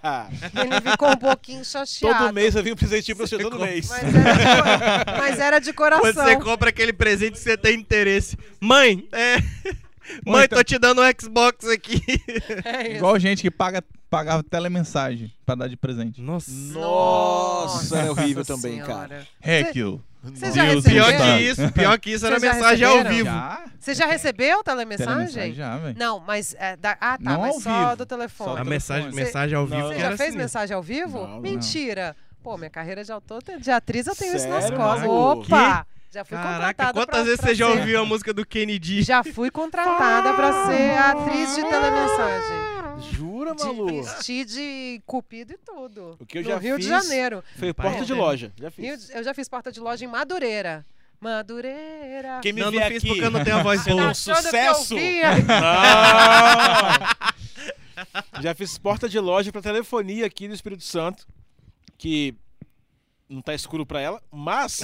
[SPEAKER 3] Ele ficou um pouquinho chateado.
[SPEAKER 1] todo mês eu vi um presentinho pra você, todo
[SPEAKER 2] compra.
[SPEAKER 1] mês.
[SPEAKER 3] Mas era de, cora- mas era de coração.
[SPEAKER 2] tá. Quando você compra aquele presente que você tem interesse. Mãe, é. Mãe,
[SPEAKER 1] tá
[SPEAKER 2] tô te dando um Xbox aqui.
[SPEAKER 3] É isso.
[SPEAKER 4] Igual gente que paga, pagava telemensagem pra dar de presente.
[SPEAKER 2] Nossa.
[SPEAKER 1] Nossa, é horrível também, cara.
[SPEAKER 3] Senhora.
[SPEAKER 4] Hackio.
[SPEAKER 3] Você já
[SPEAKER 4] Deus
[SPEAKER 3] recebeu?
[SPEAKER 2] Pior
[SPEAKER 4] Sim, tá.
[SPEAKER 2] que isso, pior que isso era
[SPEAKER 3] Vocês já
[SPEAKER 2] mensagem ao
[SPEAKER 3] receberam?
[SPEAKER 2] vivo.
[SPEAKER 4] Já?
[SPEAKER 3] Você já recebeu telemessagem?
[SPEAKER 4] Já, velho.
[SPEAKER 3] Não, mas. é, da- ah, tá,
[SPEAKER 4] Não
[SPEAKER 3] mas
[SPEAKER 4] ao
[SPEAKER 3] só
[SPEAKER 4] vivo,
[SPEAKER 3] do telefone.
[SPEAKER 4] só
[SPEAKER 2] A
[SPEAKER 4] do
[SPEAKER 2] mensagem,
[SPEAKER 4] telefone.
[SPEAKER 2] mensagem ao vivo
[SPEAKER 1] Não.
[SPEAKER 3] Você
[SPEAKER 2] que
[SPEAKER 3] já
[SPEAKER 2] era
[SPEAKER 3] fez
[SPEAKER 2] assim.
[SPEAKER 3] mensagem ao vivo?
[SPEAKER 1] Não, não.
[SPEAKER 3] Mentira. Pô, minha carreira de autor, de atriz, eu tenho isso nas
[SPEAKER 1] Sério?
[SPEAKER 3] costas.
[SPEAKER 1] Mago?
[SPEAKER 3] Opa! Já fui
[SPEAKER 2] Caraca,
[SPEAKER 3] contratada
[SPEAKER 2] quantas
[SPEAKER 3] pra-
[SPEAKER 2] vezes
[SPEAKER 3] pra
[SPEAKER 2] você já
[SPEAKER 3] ser-
[SPEAKER 2] ouviu a música do Kennedy?
[SPEAKER 3] Já fui contratada pra ser atriz de telemensagem.
[SPEAKER 1] loucura, Malu.
[SPEAKER 3] De vestir de cupido e tudo.
[SPEAKER 1] O que eu
[SPEAKER 3] no
[SPEAKER 1] já
[SPEAKER 3] Rio de
[SPEAKER 1] fiz-
[SPEAKER 3] Janeiro.
[SPEAKER 1] Foi
[SPEAKER 2] Pai,
[SPEAKER 1] porta de
[SPEAKER 2] né?
[SPEAKER 1] loja. Já
[SPEAKER 3] Rio
[SPEAKER 1] fiz.
[SPEAKER 3] de- eu já fiz porta de loja em Madureira. Madureira.
[SPEAKER 1] Quem me
[SPEAKER 2] Não,
[SPEAKER 1] vê
[SPEAKER 2] não fiz
[SPEAKER 1] aqui.
[SPEAKER 2] porque eu não tenho a voz
[SPEAKER 1] Você
[SPEAKER 2] boa.
[SPEAKER 1] não-
[SPEAKER 3] Tá achando que eu
[SPEAKER 1] sucesso?
[SPEAKER 3] via?
[SPEAKER 1] Não! Ah! Já fiz porta de loja pra telefonia aqui no Espírito Santo, que não tá escuro pra ela, mas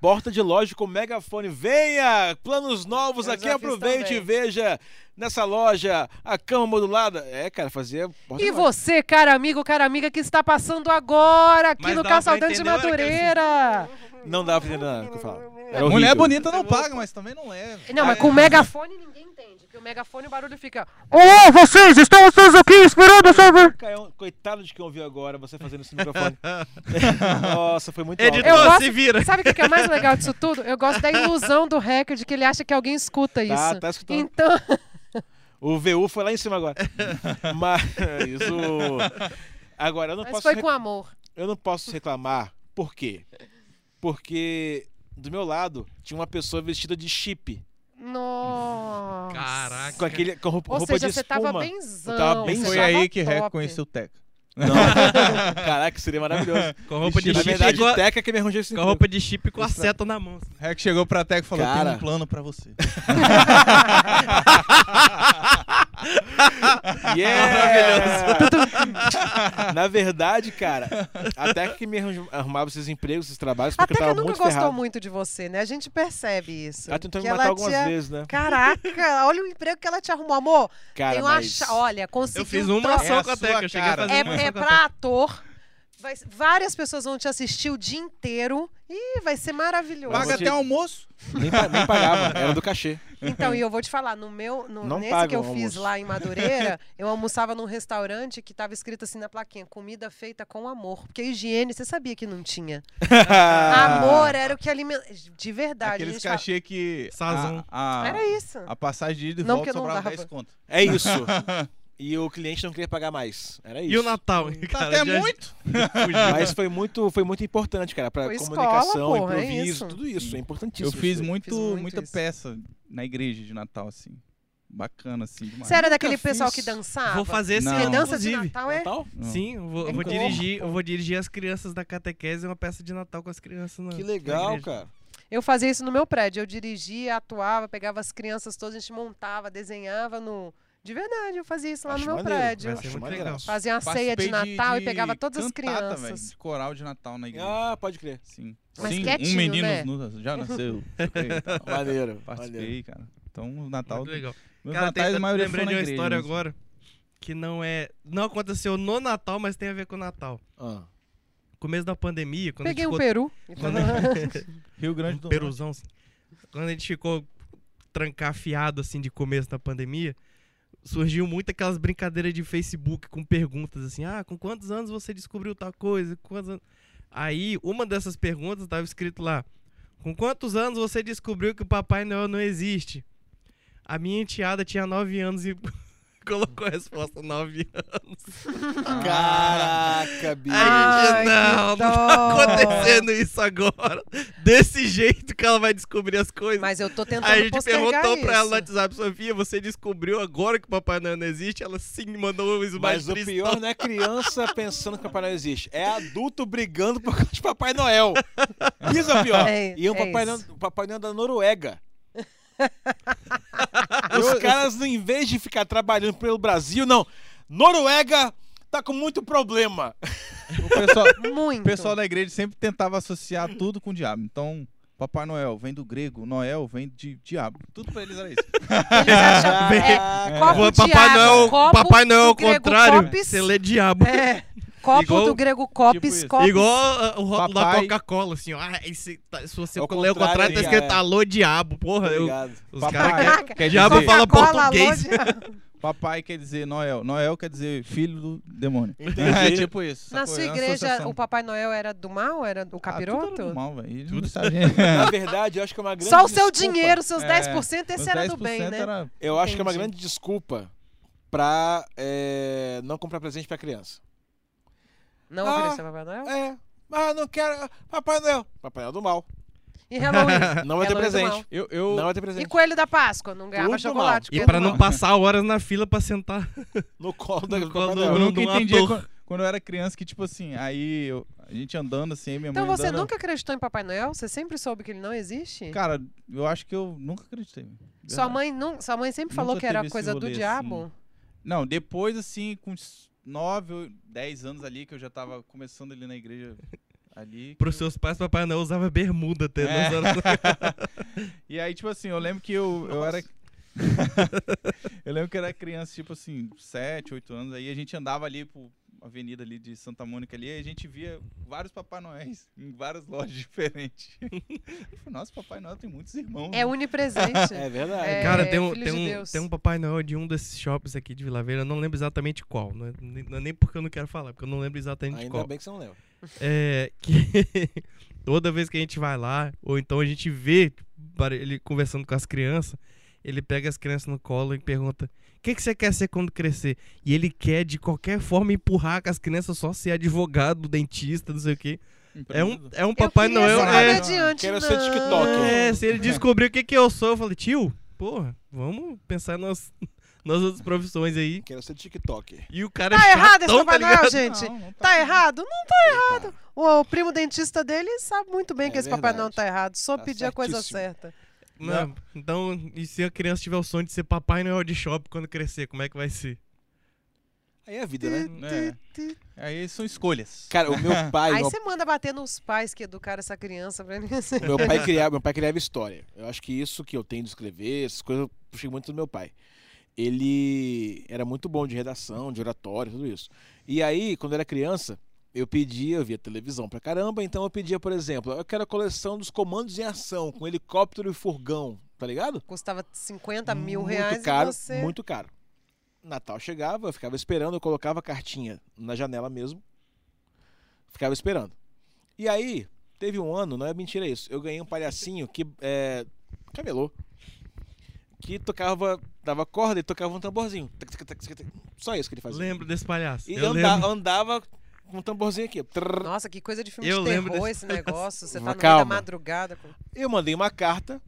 [SPEAKER 1] porta de loja com megafone. Venha! Planos novos
[SPEAKER 3] Eu
[SPEAKER 1] aqui,
[SPEAKER 3] já fiz
[SPEAKER 1] aproveite
[SPEAKER 3] também.
[SPEAKER 1] e veja nessa loja a cama modulada. É, cara, fazia porta
[SPEAKER 3] E
[SPEAKER 1] de loja.
[SPEAKER 3] você, cara amigo, cara amiga, que está passando agora aqui
[SPEAKER 2] Mas
[SPEAKER 3] no
[SPEAKER 2] dá pra
[SPEAKER 3] Calçadante de
[SPEAKER 2] entender, olha que
[SPEAKER 3] Madureira.
[SPEAKER 1] Não dá pra entender nada do que eu falo. Era
[SPEAKER 4] Mulher
[SPEAKER 1] É horrível.
[SPEAKER 4] bonita
[SPEAKER 3] é
[SPEAKER 4] não paga, mas também não leva.
[SPEAKER 3] Não, mas com o megafone ninguém entende. Porque o megafone o barulho fica. Ô, vocês, estão vocês aqui esperando essa.
[SPEAKER 1] Caião, um Coitado de quem ouviu agora, você fazendo isso no microfone. Nossa, foi muito alto.
[SPEAKER 2] Editor,
[SPEAKER 3] Eu gosto-
[SPEAKER 2] se vira.
[SPEAKER 3] Sabe o que que é mais legal disso tudo? Eu gosto da ilusão do hacker de que ele acha que alguém escuta isso.
[SPEAKER 1] Tá, tá escutando.
[SPEAKER 3] Então,
[SPEAKER 1] O VU foi lá em cima agora. Mas o. Agora, eu não,
[SPEAKER 3] mas
[SPEAKER 1] posso
[SPEAKER 3] foi
[SPEAKER 1] rec-
[SPEAKER 3] com amor.
[SPEAKER 1] eu não posso reclamar. Por quê? Porque do meu lado tinha uma pessoa vestida de chip.
[SPEAKER 3] Nossa.
[SPEAKER 2] Caraca.
[SPEAKER 1] Com, aquele, com roupa,
[SPEAKER 3] Ou
[SPEAKER 1] roupa
[SPEAKER 3] seja,
[SPEAKER 1] de
[SPEAKER 3] você
[SPEAKER 1] espuma.
[SPEAKER 3] tava benzão.
[SPEAKER 1] Eu tava benzão.
[SPEAKER 4] Foi
[SPEAKER 1] Você
[SPEAKER 4] aí que
[SPEAKER 3] é top.
[SPEAKER 4] reconheceu o Teca.
[SPEAKER 1] Não. Caraca, seria maravilhoso.
[SPEAKER 2] Com roupa de
[SPEAKER 4] Na
[SPEAKER 1] Na
[SPEAKER 2] chip.
[SPEAKER 1] verdade,
[SPEAKER 3] é
[SPEAKER 2] com, a-
[SPEAKER 1] Teca que me arranjou esse
[SPEAKER 2] com a
[SPEAKER 1] emprego.
[SPEAKER 2] roupa de chip com a seta na mão. assim.
[SPEAKER 4] O Rec chegou pra Teca e falou:
[SPEAKER 1] Cara.
[SPEAKER 4] Tem um plano pra você.
[SPEAKER 1] Yeah! Na verdade, cara, a Teca que me arranjou- arrumava esses empregos, esses trabalhos,
[SPEAKER 3] Até
[SPEAKER 1] porque
[SPEAKER 3] que
[SPEAKER 1] eu tava
[SPEAKER 3] nunca
[SPEAKER 1] muito
[SPEAKER 3] gostou
[SPEAKER 1] ferrado.
[SPEAKER 3] muito de você, né? A gente percebe isso.
[SPEAKER 1] Ela tentou me
[SPEAKER 3] Que
[SPEAKER 1] matar
[SPEAKER 3] ela
[SPEAKER 1] algumas
[SPEAKER 3] tinha-
[SPEAKER 1] vezes, né?
[SPEAKER 3] Caraca, olha o emprego que ela te arrumou, amor.
[SPEAKER 1] Cara,
[SPEAKER 3] Tem uma
[SPEAKER 1] mas...
[SPEAKER 3] cha- Olha, conseguiu.
[SPEAKER 2] Eu fiz
[SPEAKER 3] um
[SPEAKER 2] uma né?
[SPEAKER 3] troço-
[SPEAKER 2] ação
[SPEAKER 4] É a
[SPEAKER 2] com a
[SPEAKER 4] sua
[SPEAKER 2] Teca. Eu cheguei a
[SPEAKER 4] cara.
[SPEAKER 2] fazer uma
[SPEAKER 3] É,
[SPEAKER 2] ação
[SPEAKER 3] é
[SPEAKER 2] com a Teca.
[SPEAKER 3] pra ator. Vai- várias pessoas vão te assistir o dia inteiro. Ih, vai ser maravilhoso.
[SPEAKER 1] vou
[SPEAKER 4] Paga
[SPEAKER 1] te-
[SPEAKER 4] até almoço.
[SPEAKER 1] Nem, pa- nem pagava, era do cachê.
[SPEAKER 3] Então, e eu vou te falar, no meu, no-
[SPEAKER 1] Não
[SPEAKER 3] nesse
[SPEAKER 1] paga
[SPEAKER 3] que eu
[SPEAKER 1] o
[SPEAKER 3] fiz
[SPEAKER 1] almoço.
[SPEAKER 3] lá em Madureira, eu almoçava num restaurante que tava escrito assim na plaquinha, comida feita com amor. Porque higiene, você sabia que não tinha.
[SPEAKER 1] Ah.
[SPEAKER 3] Amor era o que alimenta. De verdade. a
[SPEAKER 4] Aqueles
[SPEAKER 3] gente fala,
[SPEAKER 4] cachê que.
[SPEAKER 2] Sazão.
[SPEAKER 4] A, a,
[SPEAKER 3] Era isso.
[SPEAKER 2] Ah,
[SPEAKER 4] a passagem de ida e
[SPEAKER 3] Não,
[SPEAKER 4] volta
[SPEAKER 3] porque não
[SPEAKER 4] sobrava
[SPEAKER 3] dava.
[SPEAKER 4] 10 conto.
[SPEAKER 1] É isso. E o cliente não queria pagar mais. Era isso.
[SPEAKER 2] E o Natal?
[SPEAKER 4] Tá
[SPEAKER 2] cara,
[SPEAKER 3] é
[SPEAKER 4] até
[SPEAKER 2] já-
[SPEAKER 4] muito.
[SPEAKER 2] fugiu.
[SPEAKER 1] Mas foi muito, foi muito importante, cara, pra
[SPEAKER 3] Foi escola,
[SPEAKER 1] comunicação,
[SPEAKER 3] porra, é
[SPEAKER 1] improviso,
[SPEAKER 3] isso.
[SPEAKER 1] tudo isso. É importantíssimo.
[SPEAKER 4] Eu fiz
[SPEAKER 1] isso.
[SPEAKER 4] muito,
[SPEAKER 3] Fiz muito
[SPEAKER 4] muita
[SPEAKER 3] isso.
[SPEAKER 4] peça na igreja de Natal, assim. Bacana, assim. Demais.
[SPEAKER 3] Você era
[SPEAKER 1] nunca
[SPEAKER 3] daquele pessoal
[SPEAKER 1] fiz.
[SPEAKER 3] que dançava?
[SPEAKER 2] Vou fazer esse
[SPEAKER 4] Não.
[SPEAKER 2] ano,
[SPEAKER 3] Dança de
[SPEAKER 2] inclusive.
[SPEAKER 3] Natal é.
[SPEAKER 1] Natal?
[SPEAKER 4] Não.
[SPEAKER 2] Sim, eu vou,
[SPEAKER 3] É
[SPEAKER 2] eu vou
[SPEAKER 3] corpo.
[SPEAKER 2] dirigir, eu vou dirigir as crianças da catequese uma peça de Natal com as crianças. na-
[SPEAKER 1] Que
[SPEAKER 2] na
[SPEAKER 1] legal,
[SPEAKER 2] né? igreja.
[SPEAKER 1] cara.
[SPEAKER 3] Eu fazia isso no meu prédio. Eu dirigia, atuava, pegava as crianças todas, a gente montava, desenhava no. De verdade, eu fazia isso lá
[SPEAKER 1] Acho
[SPEAKER 3] no meu
[SPEAKER 1] maneiro,
[SPEAKER 3] prédio.
[SPEAKER 2] vai ser
[SPEAKER 1] Acho
[SPEAKER 2] muito
[SPEAKER 1] maneiro.
[SPEAKER 2] legal.
[SPEAKER 3] Fazia uma ceia de
[SPEAKER 4] Participei
[SPEAKER 3] Natal
[SPEAKER 4] de
[SPEAKER 3] e pegava todas
[SPEAKER 4] cantata,
[SPEAKER 3] as
[SPEAKER 4] velho,
[SPEAKER 3] crianças.
[SPEAKER 4] de coral de Natal na igreja.
[SPEAKER 1] Ah, pode crer.
[SPEAKER 4] Sim.
[SPEAKER 3] Mas
[SPEAKER 4] Sim,
[SPEAKER 3] quietinho,
[SPEAKER 4] um menino
[SPEAKER 3] né?
[SPEAKER 4] nos- já nasceu. sei, tal.
[SPEAKER 1] Maneiro. maneiro.
[SPEAKER 4] Participei, cara. Então, o Natal.
[SPEAKER 2] Muito legal.
[SPEAKER 4] Meus
[SPEAKER 2] Cara,
[SPEAKER 4] natais,
[SPEAKER 2] tem,
[SPEAKER 4] a maioria
[SPEAKER 2] lembrei
[SPEAKER 4] foi
[SPEAKER 2] de
[SPEAKER 4] na
[SPEAKER 2] uma
[SPEAKER 4] igreja né?
[SPEAKER 2] história
[SPEAKER 4] mesmo.
[SPEAKER 2] agora que não é. Não aconteceu no Natal, mas tem a ver com o Natal.
[SPEAKER 1] Ah.
[SPEAKER 2] Começo da pandemia, quando
[SPEAKER 3] Peguei
[SPEAKER 2] a gente
[SPEAKER 3] um
[SPEAKER 2] ficou.
[SPEAKER 3] peru.
[SPEAKER 2] quando a gente-
[SPEAKER 4] Rio Grande
[SPEAKER 2] um
[SPEAKER 4] do Norte.
[SPEAKER 2] peruzão, assim. Quando a gente ficou trancafiado assim de começo da pandemia, surgiu muito aquelas brincadeiras de Facebook com perguntas assim: "Ah, com quantos anos você descobriu tal coisa? Com quantos anos?" Aí, uma dessas perguntas estava escrito lá: "Com quantos anos você descobriu que o Papai Noel não existe?" A minha enteada tinha 9 anos e colocou a resposta 9 anos.
[SPEAKER 1] Caraca, bicho.
[SPEAKER 2] Aí,
[SPEAKER 3] Ai,
[SPEAKER 2] não, não
[SPEAKER 3] que
[SPEAKER 2] tá
[SPEAKER 3] dó.
[SPEAKER 2] acontecendo isso agora. Desse jeito que ela vai descobrir as coisas.
[SPEAKER 3] Mas eu tô tentando
[SPEAKER 2] Aí a gente
[SPEAKER 3] postergar
[SPEAKER 2] perguntou pra ela no
[SPEAKER 3] isso.
[SPEAKER 2] WhatsApp, Sofia, você descobriu agora que o Papai Noel não existe? Ela sim mandou um os mais
[SPEAKER 1] Mas o
[SPEAKER 2] tristes.
[SPEAKER 1] pior não é criança pensando que Papai Noel existe. É adulto brigando por causa de Papai Noel. Isso é o pior.
[SPEAKER 3] É-
[SPEAKER 1] e o
[SPEAKER 3] é
[SPEAKER 1] Papai,
[SPEAKER 3] isso.
[SPEAKER 1] Noel, o Papai Noel da Noruega. Os caras, em vez de ficar trabalhando pelo Brasil, não. Noruega tá com muito problema.
[SPEAKER 4] O pessoal,
[SPEAKER 3] Muito.
[SPEAKER 4] o pessoal da igreja sempre tentava associar tudo com o diabo. Então, Papai Noel vem do grego, Noel vem de diabo. Tudo pra eles era isso.
[SPEAKER 1] Ah,
[SPEAKER 3] Eles acham-
[SPEAKER 1] Caraca.
[SPEAKER 3] é, copo
[SPEAKER 2] Papai
[SPEAKER 3] de
[SPEAKER 2] Noel,
[SPEAKER 3] água, copo
[SPEAKER 2] Papai Noel ao
[SPEAKER 3] do grego
[SPEAKER 2] contrário,
[SPEAKER 3] Copis.
[SPEAKER 2] você lê diabo.
[SPEAKER 3] É, copo
[SPEAKER 2] Igual- Tipo
[SPEAKER 3] do grego copis,
[SPEAKER 4] isso.
[SPEAKER 3] copis.
[SPEAKER 2] Igual ah, o rótulo da
[SPEAKER 4] Papai-
[SPEAKER 2] Coca-Cola, assim, ó. Ah, esse tá- se você
[SPEAKER 1] Ao
[SPEAKER 2] ler o contrário,
[SPEAKER 1] contrário,
[SPEAKER 2] tá escrito
[SPEAKER 1] é.
[SPEAKER 2] alô diabo, porra. eu-
[SPEAKER 1] Obrigado.
[SPEAKER 2] os caras
[SPEAKER 4] Papai
[SPEAKER 2] querem...
[SPEAKER 3] quer-
[SPEAKER 4] quer
[SPEAKER 2] diabo
[SPEAKER 4] dizer,
[SPEAKER 2] fala
[SPEAKER 3] Coca-Cola,
[SPEAKER 2] português.
[SPEAKER 3] alô, de-
[SPEAKER 4] papai quer dizer Noel, Noel quer dizer filho do demônio.
[SPEAKER 1] Entendi.
[SPEAKER 4] É tipo isso.
[SPEAKER 3] Na
[SPEAKER 4] sacou?
[SPEAKER 3] sua
[SPEAKER 4] É uma
[SPEAKER 3] igreja,
[SPEAKER 4] associação.
[SPEAKER 3] o Papai Noel era do mal? Era do
[SPEAKER 4] Ah, tudo era
[SPEAKER 3] capiroto?
[SPEAKER 4] do mal, velho. Eles não sabiam.
[SPEAKER 1] Na verdade, eu acho que é uma grande
[SPEAKER 3] Só o seu
[SPEAKER 1] desculpa.
[SPEAKER 3] dinheiro, seus
[SPEAKER 4] É,
[SPEAKER 3] 10%, esse
[SPEAKER 4] Os
[SPEAKER 3] era do bem,
[SPEAKER 4] 10%
[SPEAKER 3] né?
[SPEAKER 4] era-
[SPEAKER 1] Eu acho que é uma
[SPEAKER 3] Entendi.
[SPEAKER 1] grande desculpa pra é, não comprar presente pra criança.
[SPEAKER 3] Não
[SPEAKER 1] Ah,
[SPEAKER 3] ofereceu Papai Noel?
[SPEAKER 1] É. Ah, não quero. Papai Noel. Papai Noel do mal.
[SPEAKER 3] E Halloween.
[SPEAKER 1] Não vai ter
[SPEAKER 3] Halloween do
[SPEAKER 1] presente.
[SPEAKER 3] mal.
[SPEAKER 4] Eu, eu,
[SPEAKER 1] Não vai ter
[SPEAKER 3] E
[SPEAKER 1] presente.
[SPEAKER 3] Coelho da Páscoa, não ganhava
[SPEAKER 1] Tudo
[SPEAKER 3] chocolate.
[SPEAKER 2] E
[SPEAKER 3] porque
[SPEAKER 2] pra
[SPEAKER 3] não-
[SPEAKER 2] não passar horas na fila pra sentar.
[SPEAKER 1] No colo da
[SPEAKER 2] No colo
[SPEAKER 1] Papai
[SPEAKER 2] do-
[SPEAKER 1] Noel.
[SPEAKER 4] eu
[SPEAKER 2] não-
[SPEAKER 4] nunca
[SPEAKER 2] de um
[SPEAKER 4] entendi É
[SPEAKER 2] ator.
[SPEAKER 4] quando, quando eu era criança que, tipo assim, aí eu- a gente andando assim, aí minha
[SPEAKER 3] Então
[SPEAKER 4] mãe
[SPEAKER 3] você
[SPEAKER 4] andando,
[SPEAKER 3] nunca acreditou em Papai Noel? Você sempre soube que ele não existe?
[SPEAKER 4] Cara, eu acho que eu nunca acreditei.
[SPEAKER 3] Sua
[SPEAKER 4] verdade.
[SPEAKER 3] mãe, não, sua mãe sempre
[SPEAKER 4] Nunca
[SPEAKER 3] falou que era
[SPEAKER 4] teve esse
[SPEAKER 3] coisa do
[SPEAKER 4] rolê,
[SPEAKER 3] diabo.
[SPEAKER 4] Não, depois, assim, com uns 9 ou 10 anos ali, que eu já tava começando ali na igreja ali.
[SPEAKER 2] Pros seus pais, Papai Noel usava bermuda até
[SPEAKER 4] É.
[SPEAKER 2] duas horas.
[SPEAKER 4] E aí, tipo assim, eu lembro que eu, eu era. eu lembro que eu era criança, tipo assim, 7, 8 anos. Aí a gente andava ali por avenida ali de Santa Mônica ali, e a gente via vários Papai Noéis em várias lojas diferentes. Eu falei, Nossa, Papai Noel tem muitos irmãos.
[SPEAKER 3] É unipresente.
[SPEAKER 1] É verdade.
[SPEAKER 3] É.
[SPEAKER 2] Cara, tem um,
[SPEAKER 3] Filho
[SPEAKER 2] tem,
[SPEAKER 3] de
[SPEAKER 2] um,
[SPEAKER 3] Deus.
[SPEAKER 2] tem um Papai Noel de um desses shoppings aqui de Vila Velha, eu não lembro exatamente qual. Não é, nem- não é nem porque eu não quero falar, porque eu não lembro exatamente
[SPEAKER 1] Ainda
[SPEAKER 2] qual.
[SPEAKER 1] bem que você não leva.
[SPEAKER 2] É que toda vez que a gente vai lá, ou então a gente vê para- ele conversando com as crianças, ele pega as crianças no colo e pergunta: O que, que você quer ser quando crescer? E ele quer de qualquer forma empurrar com as crianças só ser advogado, dentista, não sei o quê. É um, é um
[SPEAKER 3] Eu
[SPEAKER 2] Papai
[SPEAKER 3] queria
[SPEAKER 2] Noel.
[SPEAKER 3] ser
[SPEAKER 2] É,
[SPEAKER 3] comediante,
[SPEAKER 1] Quero ser
[SPEAKER 3] não.
[SPEAKER 1] TikToker.
[SPEAKER 2] é, se ele descobrir o que, que eu sou, eu falo: Tio, porra, vamos pensar nas, nas outras profissões aí.
[SPEAKER 1] Quero ser TikTok.
[SPEAKER 2] E o cara
[SPEAKER 3] Tá
[SPEAKER 2] é
[SPEAKER 3] errado esse
[SPEAKER 2] chatão, tá
[SPEAKER 3] Papai
[SPEAKER 2] ligado?
[SPEAKER 3] Noel, gente.
[SPEAKER 4] Não, não tá
[SPEAKER 3] Tá
[SPEAKER 4] errado.
[SPEAKER 3] errado? Não tá errado. O, o primo dentista dele sabe muito bem
[SPEAKER 1] É
[SPEAKER 3] que esse Papai Noel
[SPEAKER 1] verdade.
[SPEAKER 3] tá errado. Só
[SPEAKER 1] Tá
[SPEAKER 3] pedir a coisa
[SPEAKER 1] certíssimo.
[SPEAKER 3] certa.
[SPEAKER 1] Né?
[SPEAKER 2] Não, Então, e se a criança tiver o sonho de ser Papai Noel de shopping quando crescer, como é que vai ser?
[SPEAKER 1] Aí é a vida,
[SPEAKER 3] Hum.
[SPEAKER 1] né?
[SPEAKER 4] É. Aí são escolhas.
[SPEAKER 1] Cara, o meu pai,
[SPEAKER 3] Aí
[SPEAKER 1] meu
[SPEAKER 3] você manda bater nos pais que educaram essa criança pra assim. ele.
[SPEAKER 1] O meu pai criava, meu pai criava história. Eu acho que isso que eu tenho de escrever, essas coisas eu puxei muito do meu pai. Ele era muito bom de redação, de oratório, tudo isso. E aí, quando eu era criança, eu pedia, eu via televisão pra caramba, então eu pedia, por exemplo, eu quero a coleção dos comandos em ação, com helicóptero e furgão, tá ligado?
[SPEAKER 3] Custava 50 mil
[SPEAKER 1] muito
[SPEAKER 3] reais
[SPEAKER 1] caro,
[SPEAKER 3] e você.
[SPEAKER 1] muito caro. Natal chegava, eu ficava esperando, eu colocava a cartinha na janela mesmo. Ficava esperando. E aí, teve um ano, não é mentira isso, eu ganhei um palhacinho que é, camelô. Que tocava, dava corda e tocava um tamborzinho. Tac, tac, tac, tac, tac. Só isso que ele fazia.
[SPEAKER 2] Lembro desse palhaço.
[SPEAKER 1] E
[SPEAKER 2] eu
[SPEAKER 1] anda-
[SPEAKER 2] lembro.
[SPEAKER 1] andava com um tamborzinho aqui. Trrr.
[SPEAKER 3] Nossa, que coisa de filme
[SPEAKER 2] Eu
[SPEAKER 3] de
[SPEAKER 2] lembro
[SPEAKER 3] terror
[SPEAKER 2] desse
[SPEAKER 3] esse negócio. Você tá no meio da
[SPEAKER 1] Calma.
[SPEAKER 3] madrugada. com-
[SPEAKER 1] Eu mandei uma carta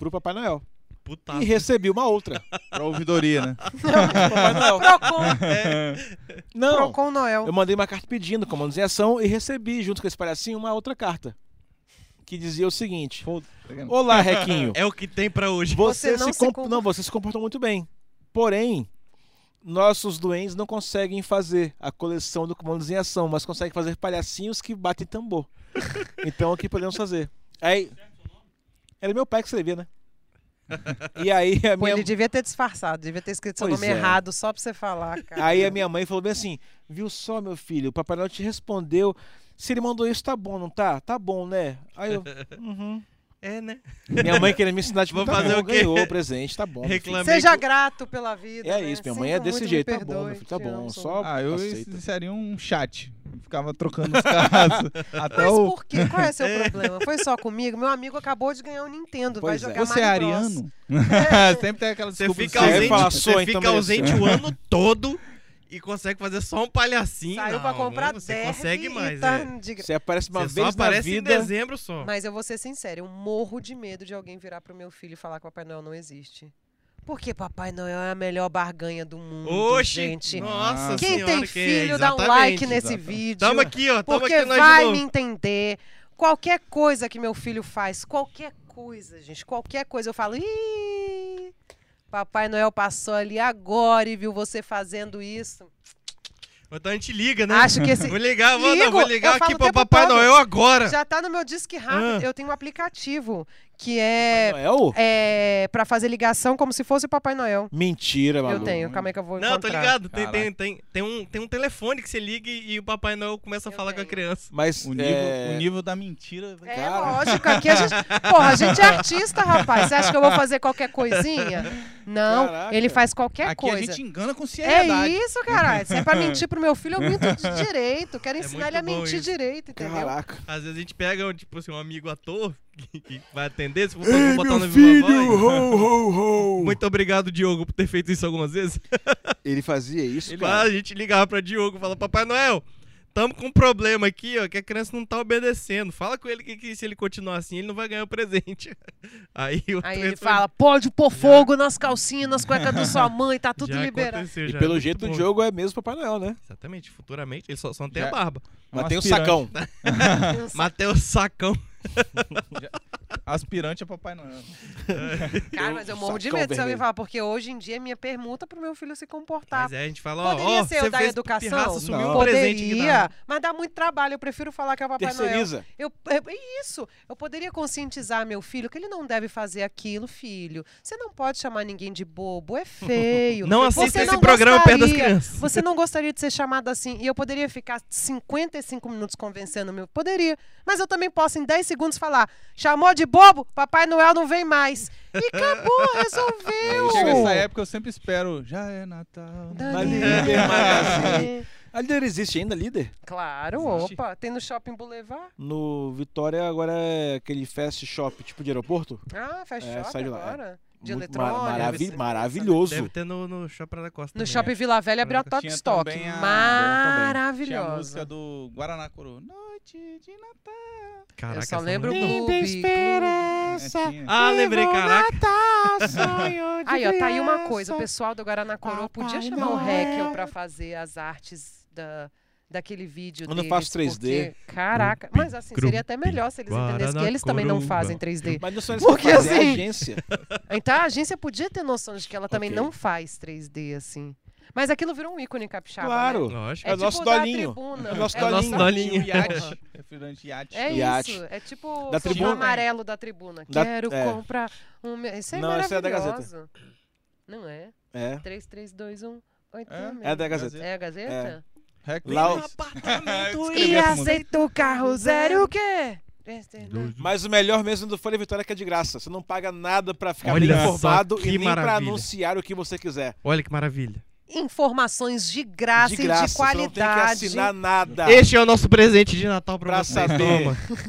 [SPEAKER 1] pro Papai Noel.
[SPEAKER 2] Putaço.
[SPEAKER 1] E recebi uma outra.
[SPEAKER 4] Pra ouvidoria, né?
[SPEAKER 1] Papai Noel.
[SPEAKER 3] Procon,
[SPEAKER 2] É.
[SPEAKER 1] Não.
[SPEAKER 3] Procon Noel.
[SPEAKER 1] Eu mandei uma carta pedindo comandos em ação e recebi, junto com esse palhacinho, uma outra carta. Que dizia o seguinte:
[SPEAKER 4] tá
[SPEAKER 1] Olá, Requinho.
[SPEAKER 2] É o que tem pra hoje.
[SPEAKER 1] Você,
[SPEAKER 3] Você não
[SPEAKER 1] se,
[SPEAKER 3] se
[SPEAKER 1] comp-
[SPEAKER 3] compa-
[SPEAKER 1] não, você se comportou muito bem. Porém, nossos doentes não conseguem fazer a coleção do comandos em ação, mas conseguem fazer palhacinhos que batem tambor. Então, o que podemos fazer? Aí. Era meu pai que escrevia, né? E aí a
[SPEAKER 3] Pô,
[SPEAKER 1] minha
[SPEAKER 3] ele devia ter disfarçado, devia ter escrito seu
[SPEAKER 1] Pois
[SPEAKER 3] nome
[SPEAKER 1] é.
[SPEAKER 3] errado só pra você falar, cara.
[SPEAKER 1] Aí a minha mãe falou bem assim: viu só, meu filho, o Papai Noel te respondeu. Se ele mandou isso, tá bom, não tá? Tá bom, né? Aí eu. uhum.
[SPEAKER 2] É, né?
[SPEAKER 1] Minha mãe querendo me ensinar, tipo,
[SPEAKER 2] Vou
[SPEAKER 1] tá
[SPEAKER 2] fazer
[SPEAKER 1] bom,
[SPEAKER 2] o quê?
[SPEAKER 1] ganhou o presente, tá bom. meu filho.
[SPEAKER 2] Reclamei.
[SPEAKER 3] Seja
[SPEAKER 2] com-
[SPEAKER 3] grato pela vida.
[SPEAKER 1] É
[SPEAKER 3] né?
[SPEAKER 1] isso, minha mãe é
[SPEAKER 3] Sinto
[SPEAKER 1] desse
[SPEAKER 3] muito,
[SPEAKER 1] jeito,
[SPEAKER 3] me
[SPEAKER 1] tá bom,
[SPEAKER 3] perdoe,
[SPEAKER 1] meu filho, tá
[SPEAKER 3] te amo,
[SPEAKER 1] bom.
[SPEAKER 3] sou
[SPEAKER 1] Só
[SPEAKER 4] Ah, eu
[SPEAKER 1] aceita.
[SPEAKER 4] iniciaria um chat. Ficava trocando os casos. até
[SPEAKER 3] Mas
[SPEAKER 4] o.
[SPEAKER 3] por quê? Qual é o seu problema? Foi só comigo? Meu amigo acabou de ganhar o Nintendo,
[SPEAKER 1] Pois é.
[SPEAKER 3] vai jogar
[SPEAKER 4] Você é
[SPEAKER 3] Mario Bros.
[SPEAKER 4] ariano? Sempre tem assim. aquela
[SPEAKER 2] Você
[SPEAKER 4] desculpa.
[SPEAKER 2] fica
[SPEAKER 1] Aí eu ia
[SPEAKER 4] do
[SPEAKER 2] ausente,
[SPEAKER 4] signo.
[SPEAKER 1] falar, sou,
[SPEAKER 2] você
[SPEAKER 1] então
[SPEAKER 2] fica
[SPEAKER 1] mereço.
[SPEAKER 3] assim.
[SPEAKER 2] ausente o ano todo e consegue fazer só um palhacinho.
[SPEAKER 3] Saiu
[SPEAKER 2] não,
[SPEAKER 3] pra comprar
[SPEAKER 2] Você
[SPEAKER 3] 10
[SPEAKER 2] consegue mais,
[SPEAKER 3] e tá
[SPEAKER 2] é.
[SPEAKER 3] de gra-
[SPEAKER 1] Você aparece uma
[SPEAKER 2] Você só
[SPEAKER 1] vez na
[SPEAKER 2] aparece em
[SPEAKER 1] vida.
[SPEAKER 2] dezembro só.
[SPEAKER 3] Mas eu vou ser sincera, eu morro de medo de alguém virar pro meu filho e falar que Papai Noel não existe. Porque Papai Noel é a melhor barganha do mundo,
[SPEAKER 2] Oxe,
[SPEAKER 3] gente.
[SPEAKER 2] nossa
[SPEAKER 3] Quem
[SPEAKER 2] senhora.
[SPEAKER 3] tem
[SPEAKER 2] que é,
[SPEAKER 3] filho, dá um
[SPEAKER 2] exatamente.
[SPEAKER 3] like nesse
[SPEAKER 4] exatamente.
[SPEAKER 3] vídeo.
[SPEAKER 2] Tamo aqui, ó. Tamo
[SPEAKER 3] Porque
[SPEAKER 2] aqui nós de
[SPEAKER 3] vai
[SPEAKER 2] novo.
[SPEAKER 3] me entender. Qualquer coisa que meu filho faz, qualquer coisa, gente, qualquer coisa, eu falo, Ih, Papai Noel passou ali agora e viu você fazendo isso.
[SPEAKER 2] Então a gente liga, né?
[SPEAKER 3] Acho que esse.
[SPEAKER 2] Vou ligar, vou, não,
[SPEAKER 3] Ligo,
[SPEAKER 2] vou
[SPEAKER 3] eu
[SPEAKER 2] ligar
[SPEAKER 3] falo
[SPEAKER 2] aqui
[SPEAKER 3] o
[SPEAKER 2] pra
[SPEAKER 3] tempo
[SPEAKER 2] Papai
[SPEAKER 3] todo.
[SPEAKER 2] Noel agora.
[SPEAKER 3] Já tá no meu disque
[SPEAKER 2] Ah.
[SPEAKER 3] rápido. Eu tenho um aplicativo que é,
[SPEAKER 1] Papai Noel?
[SPEAKER 3] é para fazer ligação como se fosse o Papai Noel.
[SPEAKER 1] Mentira, maluco.
[SPEAKER 3] Eu tenho, calma aí que eu vou
[SPEAKER 2] Não, tô
[SPEAKER 3] encontrar.
[SPEAKER 2] ligado. Tem, tem,
[SPEAKER 4] Caraca.
[SPEAKER 2] tem, tem, um, tem um telefone que você liga e, e o Papai Noel começa a
[SPEAKER 3] Eu
[SPEAKER 2] falar com a
[SPEAKER 3] tenho.
[SPEAKER 2] criança.
[SPEAKER 1] Mas
[SPEAKER 4] O nível,
[SPEAKER 1] é,
[SPEAKER 4] o nível da mentira.
[SPEAKER 3] É
[SPEAKER 1] Cara.
[SPEAKER 3] lógico, aqui a gente. Porra, a gente é artista, rapaz. Você acha que eu vou fazer qualquer coisinha? Não,
[SPEAKER 1] Caraca.
[SPEAKER 3] ele faz qualquer
[SPEAKER 4] Aqui
[SPEAKER 3] coisa.
[SPEAKER 4] a gente engana com
[SPEAKER 3] É
[SPEAKER 4] seriedade.
[SPEAKER 3] isso, caralho. Se é pra mentir pro meu filho, eu minto de direito. Quero
[SPEAKER 2] É
[SPEAKER 3] ensinar
[SPEAKER 2] muito
[SPEAKER 3] ele a
[SPEAKER 2] bom
[SPEAKER 3] mentir
[SPEAKER 2] isso.
[SPEAKER 3] direito, entendeu?
[SPEAKER 1] Caraca.
[SPEAKER 2] Às vezes a gente pega, um, tipo assim, um amigo ator que, que vai atender, se for vou botar no Viva Voz.
[SPEAKER 1] ho,
[SPEAKER 2] Muito obrigado, Diogo, por ter feito isso algumas vezes.
[SPEAKER 1] Ele é. fazia isso,
[SPEAKER 2] Ele-
[SPEAKER 1] cara.
[SPEAKER 2] a gente ligava pra Diogo e falava, Papai Noel, Tamo com um problema aqui, ó, que a criança não tá obedecendo. Fala com ele que, que se ele continuar assim, ele não vai ganhar o presente. Aí o
[SPEAKER 3] Aí
[SPEAKER 2] Cleiton-
[SPEAKER 3] ele fala, pode pôr fogo nas calcinhas, nas cuecas da sua mãe, tá tudo
[SPEAKER 2] Já
[SPEAKER 3] liberado.
[SPEAKER 2] aconteceu,
[SPEAKER 1] E
[SPEAKER 2] já,
[SPEAKER 1] pelo
[SPEAKER 2] muito
[SPEAKER 1] jeito o
[SPEAKER 2] bom.
[SPEAKER 1] Diogo é mesmo Papai Noel, né?
[SPEAKER 2] Exatamente, futuramente ele só, só não tem
[SPEAKER 4] Já-
[SPEAKER 2] a barba.
[SPEAKER 1] Mas
[SPEAKER 4] Um
[SPEAKER 1] tem o
[SPEAKER 4] aspirante.
[SPEAKER 1] sacão.
[SPEAKER 2] Mateus Sacão.
[SPEAKER 4] Aspirante a Papai Noel.
[SPEAKER 3] Cara, mas eu morro de
[SPEAKER 1] Sacão
[SPEAKER 3] medo se alguém
[SPEAKER 1] vermelho.
[SPEAKER 3] falar, porque hoje em dia é minha permuta pro meu filho se comportar.
[SPEAKER 2] Mas aí a gente fala, ó,
[SPEAKER 3] Tá. Poderia
[SPEAKER 2] ó,
[SPEAKER 3] ser
[SPEAKER 2] você
[SPEAKER 3] o da
[SPEAKER 2] fez
[SPEAKER 3] educação?
[SPEAKER 2] pirraça, sumiu
[SPEAKER 4] Não.
[SPEAKER 2] um presente aqui da-
[SPEAKER 3] Poderia, mas dá muito trabalho. Eu prefiro falar que é o Papai Noel.
[SPEAKER 1] Terceiriza.
[SPEAKER 3] Eu, é isso. Eu poderia conscientizar meu filho que ele não deve fazer aquilo, filho. Você não pode chamar ninguém de bobo, é feio.
[SPEAKER 2] Não
[SPEAKER 3] Você
[SPEAKER 2] assista esse
[SPEAKER 3] não
[SPEAKER 2] programa perto das
[SPEAKER 3] gostaria.
[SPEAKER 2] crianças.
[SPEAKER 3] Você não gostaria de ser chamado assim. E eu poderia ficar 55 minutos convencendo meu. Poderia. Mas eu também posso, em 10 segundos, falar: chamou de bobo, Papai Noel não vem mais. E acabou, resolveu.
[SPEAKER 4] Chega
[SPEAKER 2] assim,
[SPEAKER 4] essa época, eu sempre espero. Já é Natal.
[SPEAKER 3] Dani,
[SPEAKER 1] Ali
[SPEAKER 3] Dani.
[SPEAKER 1] Magazine. A líder existe ainda, líder?
[SPEAKER 3] Claro,
[SPEAKER 2] assim." Existe.
[SPEAKER 3] opa. Tem no Shopping Boulevard?
[SPEAKER 1] No Vitória agora é aquele fast shop tipo de aeroporto.
[SPEAKER 3] Ah, fecha
[SPEAKER 1] É, sai
[SPEAKER 3] shopping
[SPEAKER 1] de lá, é.
[SPEAKER 3] agora. De
[SPEAKER 1] Muito
[SPEAKER 3] eletrônica.
[SPEAKER 1] mara- maravi-
[SPEAKER 2] deve ser-
[SPEAKER 1] maravilhoso.
[SPEAKER 2] Deve ter no, no Shopping da Costa.
[SPEAKER 3] No
[SPEAKER 2] também, né?
[SPEAKER 3] Shopping Vila Velha abriu a
[SPEAKER 2] Tinha
[SPEAKER 3] Toque Stock.
[SPEAKER 4] também a- Tinha a música
[SPEAKER 3] Maravilhosa.
[SPEAKER 4] do Guaraná Coroa. Noite de Natal.
[SPEAKER 2] é. Caraca,
[SPEAKER 3] Eu
[SPEAKER 2] essa
[SPEAKER 3] só lembro o
[SPEAKER 2] música-
[SPEAKER 3] clube.
[SPEAKER 4] É, tinha.
[SPEAKER 2] Ah, lembrei, caraca.
[SPEAKER 3] Aí, ó, tá aí uma coisa. O pessoal do Guaraná Coroa podia chamar o Heckel pra fazer as artes da, daquele vídeo
[SPEAKER 1] Eu não
[SPEAKER 3] deles,
[SPEAKER 1] faço 3D.
[SPEAKER 3] porque- caraca. Mas assim, seria até melhor se eles entendessem que eles também não
[SPEAKER 2] Guaraná
[SPEAKER 3] fazem 3D.
[SPEAKER 1] Mas não são eles
[SPEAKER 3] Porque
[SPEAKER 1] que fazem, é
[SPEAKER 3] assim-
[SPEAKER 1] a agência.
[SPEAKER 3] Então a agência podia ter noção de que ela também
[SPEAKER 1] Ok.
[SPEAKER 3] não faz 3D, assim. Mas aquilo virou um ícone capixaba, né?
[SPEAKER 1] Claro.
[SPEAKER 2] Lógico.
[SPEAKER 1] É o nosso
[SPEAKER 3] da
[SPEAKER 1] dolinho.
[SPEAKER 3] tribuna.
[SPEAKER 1] É o nosso
[SPEAKER 3] o
[SPEAKER 1] dolinho.
[SPEAKER 2] Nosso dolinho.
[SPEAKER 4] Tinha o
[SPEAKER 3] Porra.
[SPEAKER 4] Iate. Refrigerante Iate.
[SPEAKER 3] É
[SPEAKER 1] Iate.
[SPEAKER 3] isso, é tipo
[SPEAKER 1] Da
[SPEAKER 3] o fogão
[SPEAKER 1] tribuna.
[SPEAKER 3] amarelo da tribuna.
[SPEAKER 1] Da-
[SPEAKER 3] Quero
[SPEAKER 1] é.
[SPEAKER 3] comprar um... me- Isso é
[SPEAKER 1] Não, essa é da Gazeta.
[SPEAKER 3] maravilhoso. Não é?
[SPEAKER 1] É.
[SPEAKER 3] 3, 3, 2, 1, 8,
[SPEAKER 4] É?
[SPEAKER 1] É da Gazeta.
[SPEAKER 3] É a Gazeta?
[SPEAKER 4] Recorde.
[SPEAKER 1] Lá o-
[SPEAKER 2] apartamento
[SPEAKER 4] Escrevi
[SPEAKER 3] E
[SPEAKER 4] essa música.
[SPEAKER 3] aceita o carro zero o quê? Três, três, dois.
[SPEAKER 1] Mas o melhor mesmo do Folha Vitória é que é de graça. Você não paga nada pra ficar
[SPEAKER 2] Olha
[SPEAKER 1] bem
[SPEAKER 2] só
[SPEAKER 1] informado
[SPEAKER 2] que
[SPEAKER 1] e nem pra
[SPEAKER 2] maravilha.
[SPEAKER 1] anunciar o que você quiser.
[SPEAKER 2] Olha que maravilha.
[SPEAKER 3] Informações Assim, de graça,
[SPEAKER 1] De graça,
[SPEAKER 3] e de
[SPEAKER 1] você não tem que
[SPEAKER 3] qualidade.
[SPEAKER 1] assinar nada.
[SPEAKER 2] Este é o nosso presente de Natal pra,
[SPEAKER 1] Tá. Pra
[SPEAKER 2] vocês.
[SPEAKER 1] saber.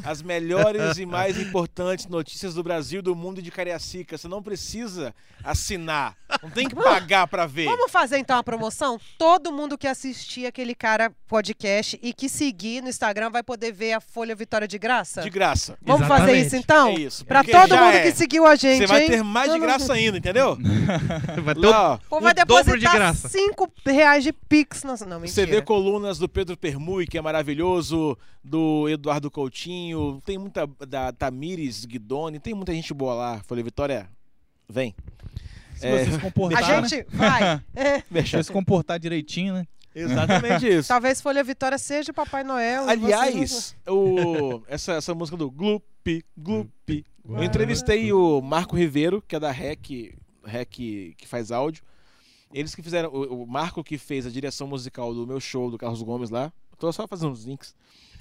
[SPEAKER 2] Toma.
[SPEAKER 1] As melhores e mais importantes notícias do Brasil, do mundo e de Cariacica. Você não precisa assinar. Não tem que pagar pra ver.
[SPEAKER 3] Vamos fazer então a promoção? Todo mundo que assistir aquele cara podcast e que seguir no Instagram vai poder ver a Folha Vitória de graça?
[SPEAKER 1] De graça.
[SPEAKER 3] Vamos fazer
[SPEAKER 2] Exatamente.
[SPEAKER 3] isso então?
[SPEAKER 1] é isso.
[SPEAKER 3] Pra
[SPEAKER 1] porque
[SPEAKER 3] todo
[SPEAKER 1] já
[SPEAKER 3] mundo
[SPEAKER 1] é.
[SPEAKER 3] que seguiu a gente,
[SPEAKER 1] Você vai
[SPEAKER 3] hein?
[SPEAKER 1] ter mais de
[SPEAKER 3] Não, não,
[SPEAKER 1] graça ainda, entendeu?
[SPEAKER 2] Vai ter
[SPEAKER 1] Lá, ó,
[SPEAKER 3] Ou
[SPEAKER 2] O
[SPEAKER 3] vai
[SPEAKER 2] dobro de
[SPEAKER 3] depositar
[SPEAKER 2] graça.
[SPEAKER 3] 5 reais de Pix. Nossa, não, mentira.
[SPEAKER 1] Você vê colunas do Pedro Permui, que é maravilhoso, do Eduardo Coutinho, tem muita. da Tamires Guidoni, tem muita gente boa lá. Falei, Vitória, vem.
[SPEAKER 4] Se você
[SPEAKER 1] É.
[SPEAKER 4] se
[SPEAKER 3] A
[SPEAKER 4] comportar,
[SPEAKER 1] tá,
[SPEAKER 4] né?
[SPEAKER 3] gente vai. É,
[SPEAKER 4] Se você se comportar direitinho, né?
[SPEAKER 1] Exatamente isso.
[SPEAKER 3] talvez Folha Vitória seja o Papai Noel. e vocês
[SPEAKER 1] Aliás, o- essa, essa música do Gloop, Gloop. Eu
[SPEAKER 2] Uau.
[SPEAKER 1] entrevistei o Marco Ribeiro, que é da REC, REC que faz áudio. Eles que fizeram. O, o Marco que fez a direção musical do meu show, do Carlos Gomes lá. Tô só fazendo uns links.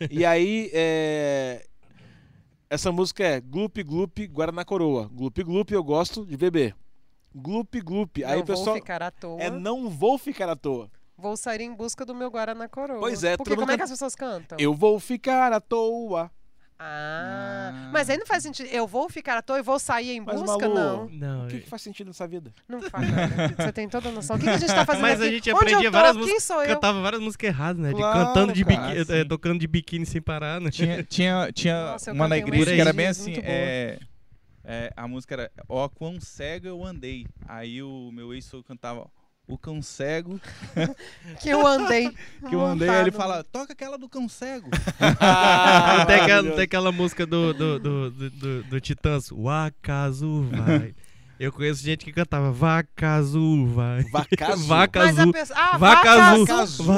[SPEAKER 1] E aí, é, essa música é Gloop, Gloop, Guaraná Coroa. Gloop, Gloop, eu gosto de beber. Gloop, Gloop.
[SPEAKER 3] não
[SPEAKER 1] Aí,
[SPEAKER 3] vou
[SPEAKER 1] o pessoal.
[SPEAKER 3] ficar à toa. Então.
[SPEAKER 1] É, não vou ficar à toa.
[SPEAKER 3] Vou sair em busca do meu Guaraná Coroa.
[SPEAKER 1] Pois é,
[SPEAKER 3] Porque
[SPEAKER 1] todo mundo
[SPEAKER 3] como é que
[SPEAKER 1] canta-
[SPEAKER 3] as pessoas cantam?
[SPEAKER 1] Eu vou ficar à toa.
[SPEAKER 3] Ah,
[SPEAKER 4] Ah.
[SPEAKER 3] Mas aí não faz sentido. Eu vou ficar à toa e vou sair em
[SPEAKER 1] Mas,
[SPEAKER 3] busca?
[SPEAKER 1] Malu,
[SPEAKER 3] Não.
[SPEAKER 2] Não,
[SPEAKER 1] O que, que faz sentido nessa vida?
[SPEAKER 3] Não faz nada. Você tem toda a noção. O que, que a gente tá fazendo
[SPEAKER 2] Mas a
[SPEAKER 3] aqui?
[SPEAKER 2] gente
[SPEAKER 3] Onde
[SPEAKER 2] aprendia
[SPEAKER 3] eu tô?
[SPEAKER 2] várias
[SPEAKER 3] Quem sou eu?
[SPEAKER 2] cantava várias músicas erradas, né? De
[SPEAKER 1] Claro,
[SPEAKER 2] cantando de
[SPEAKER 1] cara,
[SPEAKER 2] biquíni,
[SPEAKER 4] assim.
[SPEAKER 2] é, tocando de biquíni sem parar, né?
[SPEAKER 4] Tinha, tinha, tinha
[SPEAKER 3] Nossa, eu
[SPEAKER 4] uma na
[SPEAKER 3] cantei
[SPEAKER 4] igreja
[SPEAKER 2] umas
[SPEAKER 4] que era bem
[SPEAKER 3] vezes,
[SPEAKER 4] assim.
[SPEAKER 3] muito boa.
[SPEAKER 4] É, é, a música era Ó, quão cego eu andei. Aí o meu ex sogro cantava O cão cego
[SPEAKER 3] Que eu andei.
[SPEAKER 4] que eu andei. Aí
[SPEAKER 3] montado.
[SPEAKER 4] ele fala, toca aquela do cão cego.
[SPEAKER 2] Ah, Não tem, aquela, tem aquela música do, do, do, do, do- do Titãs, O acaso vai. Eu conheço gente que cantava Vaca azul vai.
[SPEAKER 1] Vacazo.
[SPEAKER 2] Vaca
[SPEAKER 3] Mas a
[SPEAKER 2] azul.
[SPEAKER 3] pessoa... Ah,
[SPEAKER 2] Vaca azul.
[SPEAKER 1] Vaca
[SPEAKER 2] azul,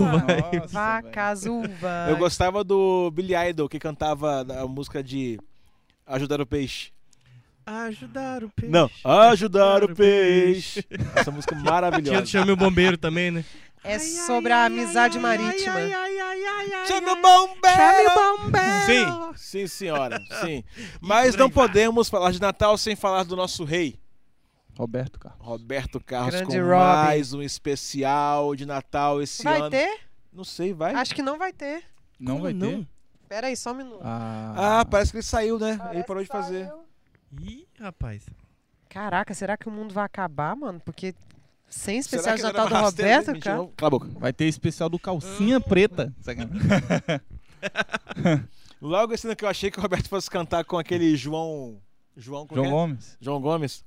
[SPEAKER 3] Nossa.
[SPEAKER 2] vai.
[SPEAKER 4] Nossa,
[SPEAKER 3] Vaca azul, vai.
[SPEAKER 1] Eu gostava do Billy Idol, que cantava a música de Ajudar o Peixe.
[SPEAKER 2] Ajudar o peixe.
[SPEAKER 1] Não, Ajudar o Peixe. Essa música é
[SPEAKER 2] Tinha
[SPEAKER 1] maravilhosa.
[SPEAKER 2] Chame o bombeiro também, né?
[SPEAKER 3] É sobre a amizade marítima.
[SPEAKER 1] Chama o bombeiro!
[SPEAKER 3] Chame o bombeiro.
[SPEAKER 1] Sim, sim senhora, sim. Mas não podemos falar de Natal sem falar do nosso rei.
[SPEAKER 4] velho. Roberto Carlos.
[SPEAKER 1] Roberto Carlos
[SPEAKER 3] Grande
[SPEAKER 1] com
[SPEAKER 3] Robin.
[SPEAKER 1] mais um especial de Natal esse
[SPEAKER 3] Vai
[SPEAKER 1] ano.
[SPEAKER 3] ter?
[SPEAKER 1] Não sei, vai.
[SPEAKER 3] Acho que não vai ter.
[SPEAKER 4] Não vai
[SPEAKER 2] não?
[SPEAKER 4] ter?
[SPEAKER 3] Pera aí, só um minuto.
[SPEAKER 1] Ah,
[SPEAKER 4] Ah,
[SPEAKER 1] parece que ele saiu, né? ele
[SPEAKER 3] Parece
[SPEAKER 1] parou de
[SPEAKER 3] que saiu.
[SPEAKER 1] fazer.
[SPEAKER 2] Ih, rapaz.
[SPEAKER 3] Caraca, será que o mundo vai acabar, mano? Porque Sem
[SPEAKER 1] Será
[SPEAKER 3] especial
[SPEAKER 1] que
[SPEAKER 3] de
[SPEAKER 1] não
[SPEAKER 3] Natal do
[SPEAKER 1] era uma rasteira?
[SPEAKER 3] Roberto,
[SPEAKER 1] Mentira,
[SPEAKER 3] cara?
[SPEAKER 1] não. Cala a boca.
[SPEAKER 4] Vai ter especial do Calcinha Preta. Sacanagem.
[SPEAKER 1] Logo esse ano que eu achei que o Roberto fosse cantar com aquele João. João, como
[SPEAKER 4] João
[SPEAKER 1] é?
[SPEAKER 4] Gomes.
[SPEAKER 1] João Gomes.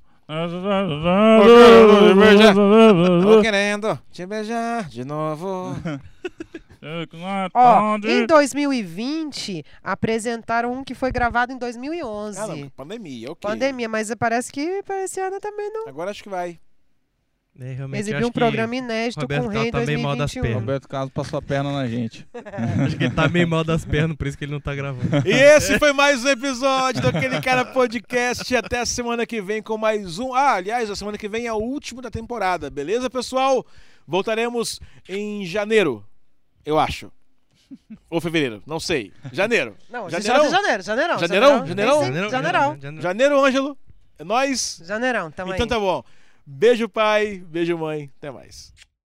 [SPEAKER 1] Tô
[SPEAKER 5] Ó,
[SPEAKER 1] querendo te beijar de novo.
[SPEAKER 3] Ó, em 2020, apresentaram um que foi gravado em 2011.
[SPEAKER 1] Ah, não, pandemia, ok.
[SPEAKER 3] Pandemia, mas parece que pra esse ano também não.
[SPEAKER 1] Agora acho que vai.
[SPEAKER 2] É, realmente, eu
[SPEAKER 3] Exibiu
[SPEAKER 2] acho
[SPEAKER 3] um programa
[SPEAKER 2] que...
[SPEAKER 3] inédito
[SPEAKER 2] Roberto
[SPEAKER 3] com o Rei em
[SPEAKER 2] tá bem mal das
[SPEAKER 3] 2021.
[SPEAKER 2] pernas.
[SPEAKER 4] Roberto Carlos passou a perna na gente.
[SPEAKER 2] Acho que ele tá meio mal das pernas, por isso que ele não tá gravando.
[SPEAKER 1] E esse foi mais um episódio do Aquele Cara Podcast. Até a semana que vem com mais um. Ah, aliás, a semana que vem é o último da temporada, beleza, pessoal? Voltaremos em janeiro, eu acho. Ou fevereiro, não sei. Janeiro. Janeirão?
[SPEAKER 3] Não, janeirão? janeiro, janeirão.
[SPEAKER 1] Janeirão? Janeirão?
[SPEAKER 3] Tem sim, Janeirão. né?
[SPEAKER 1] Janeiro, Ângelo. É nóis.
[SPEAKER 3] Janeirão, tamo Então, aí.
[SPEAKER 1] tá Então tá bom. Beijo, pai. Beijo, mãe. Até mais.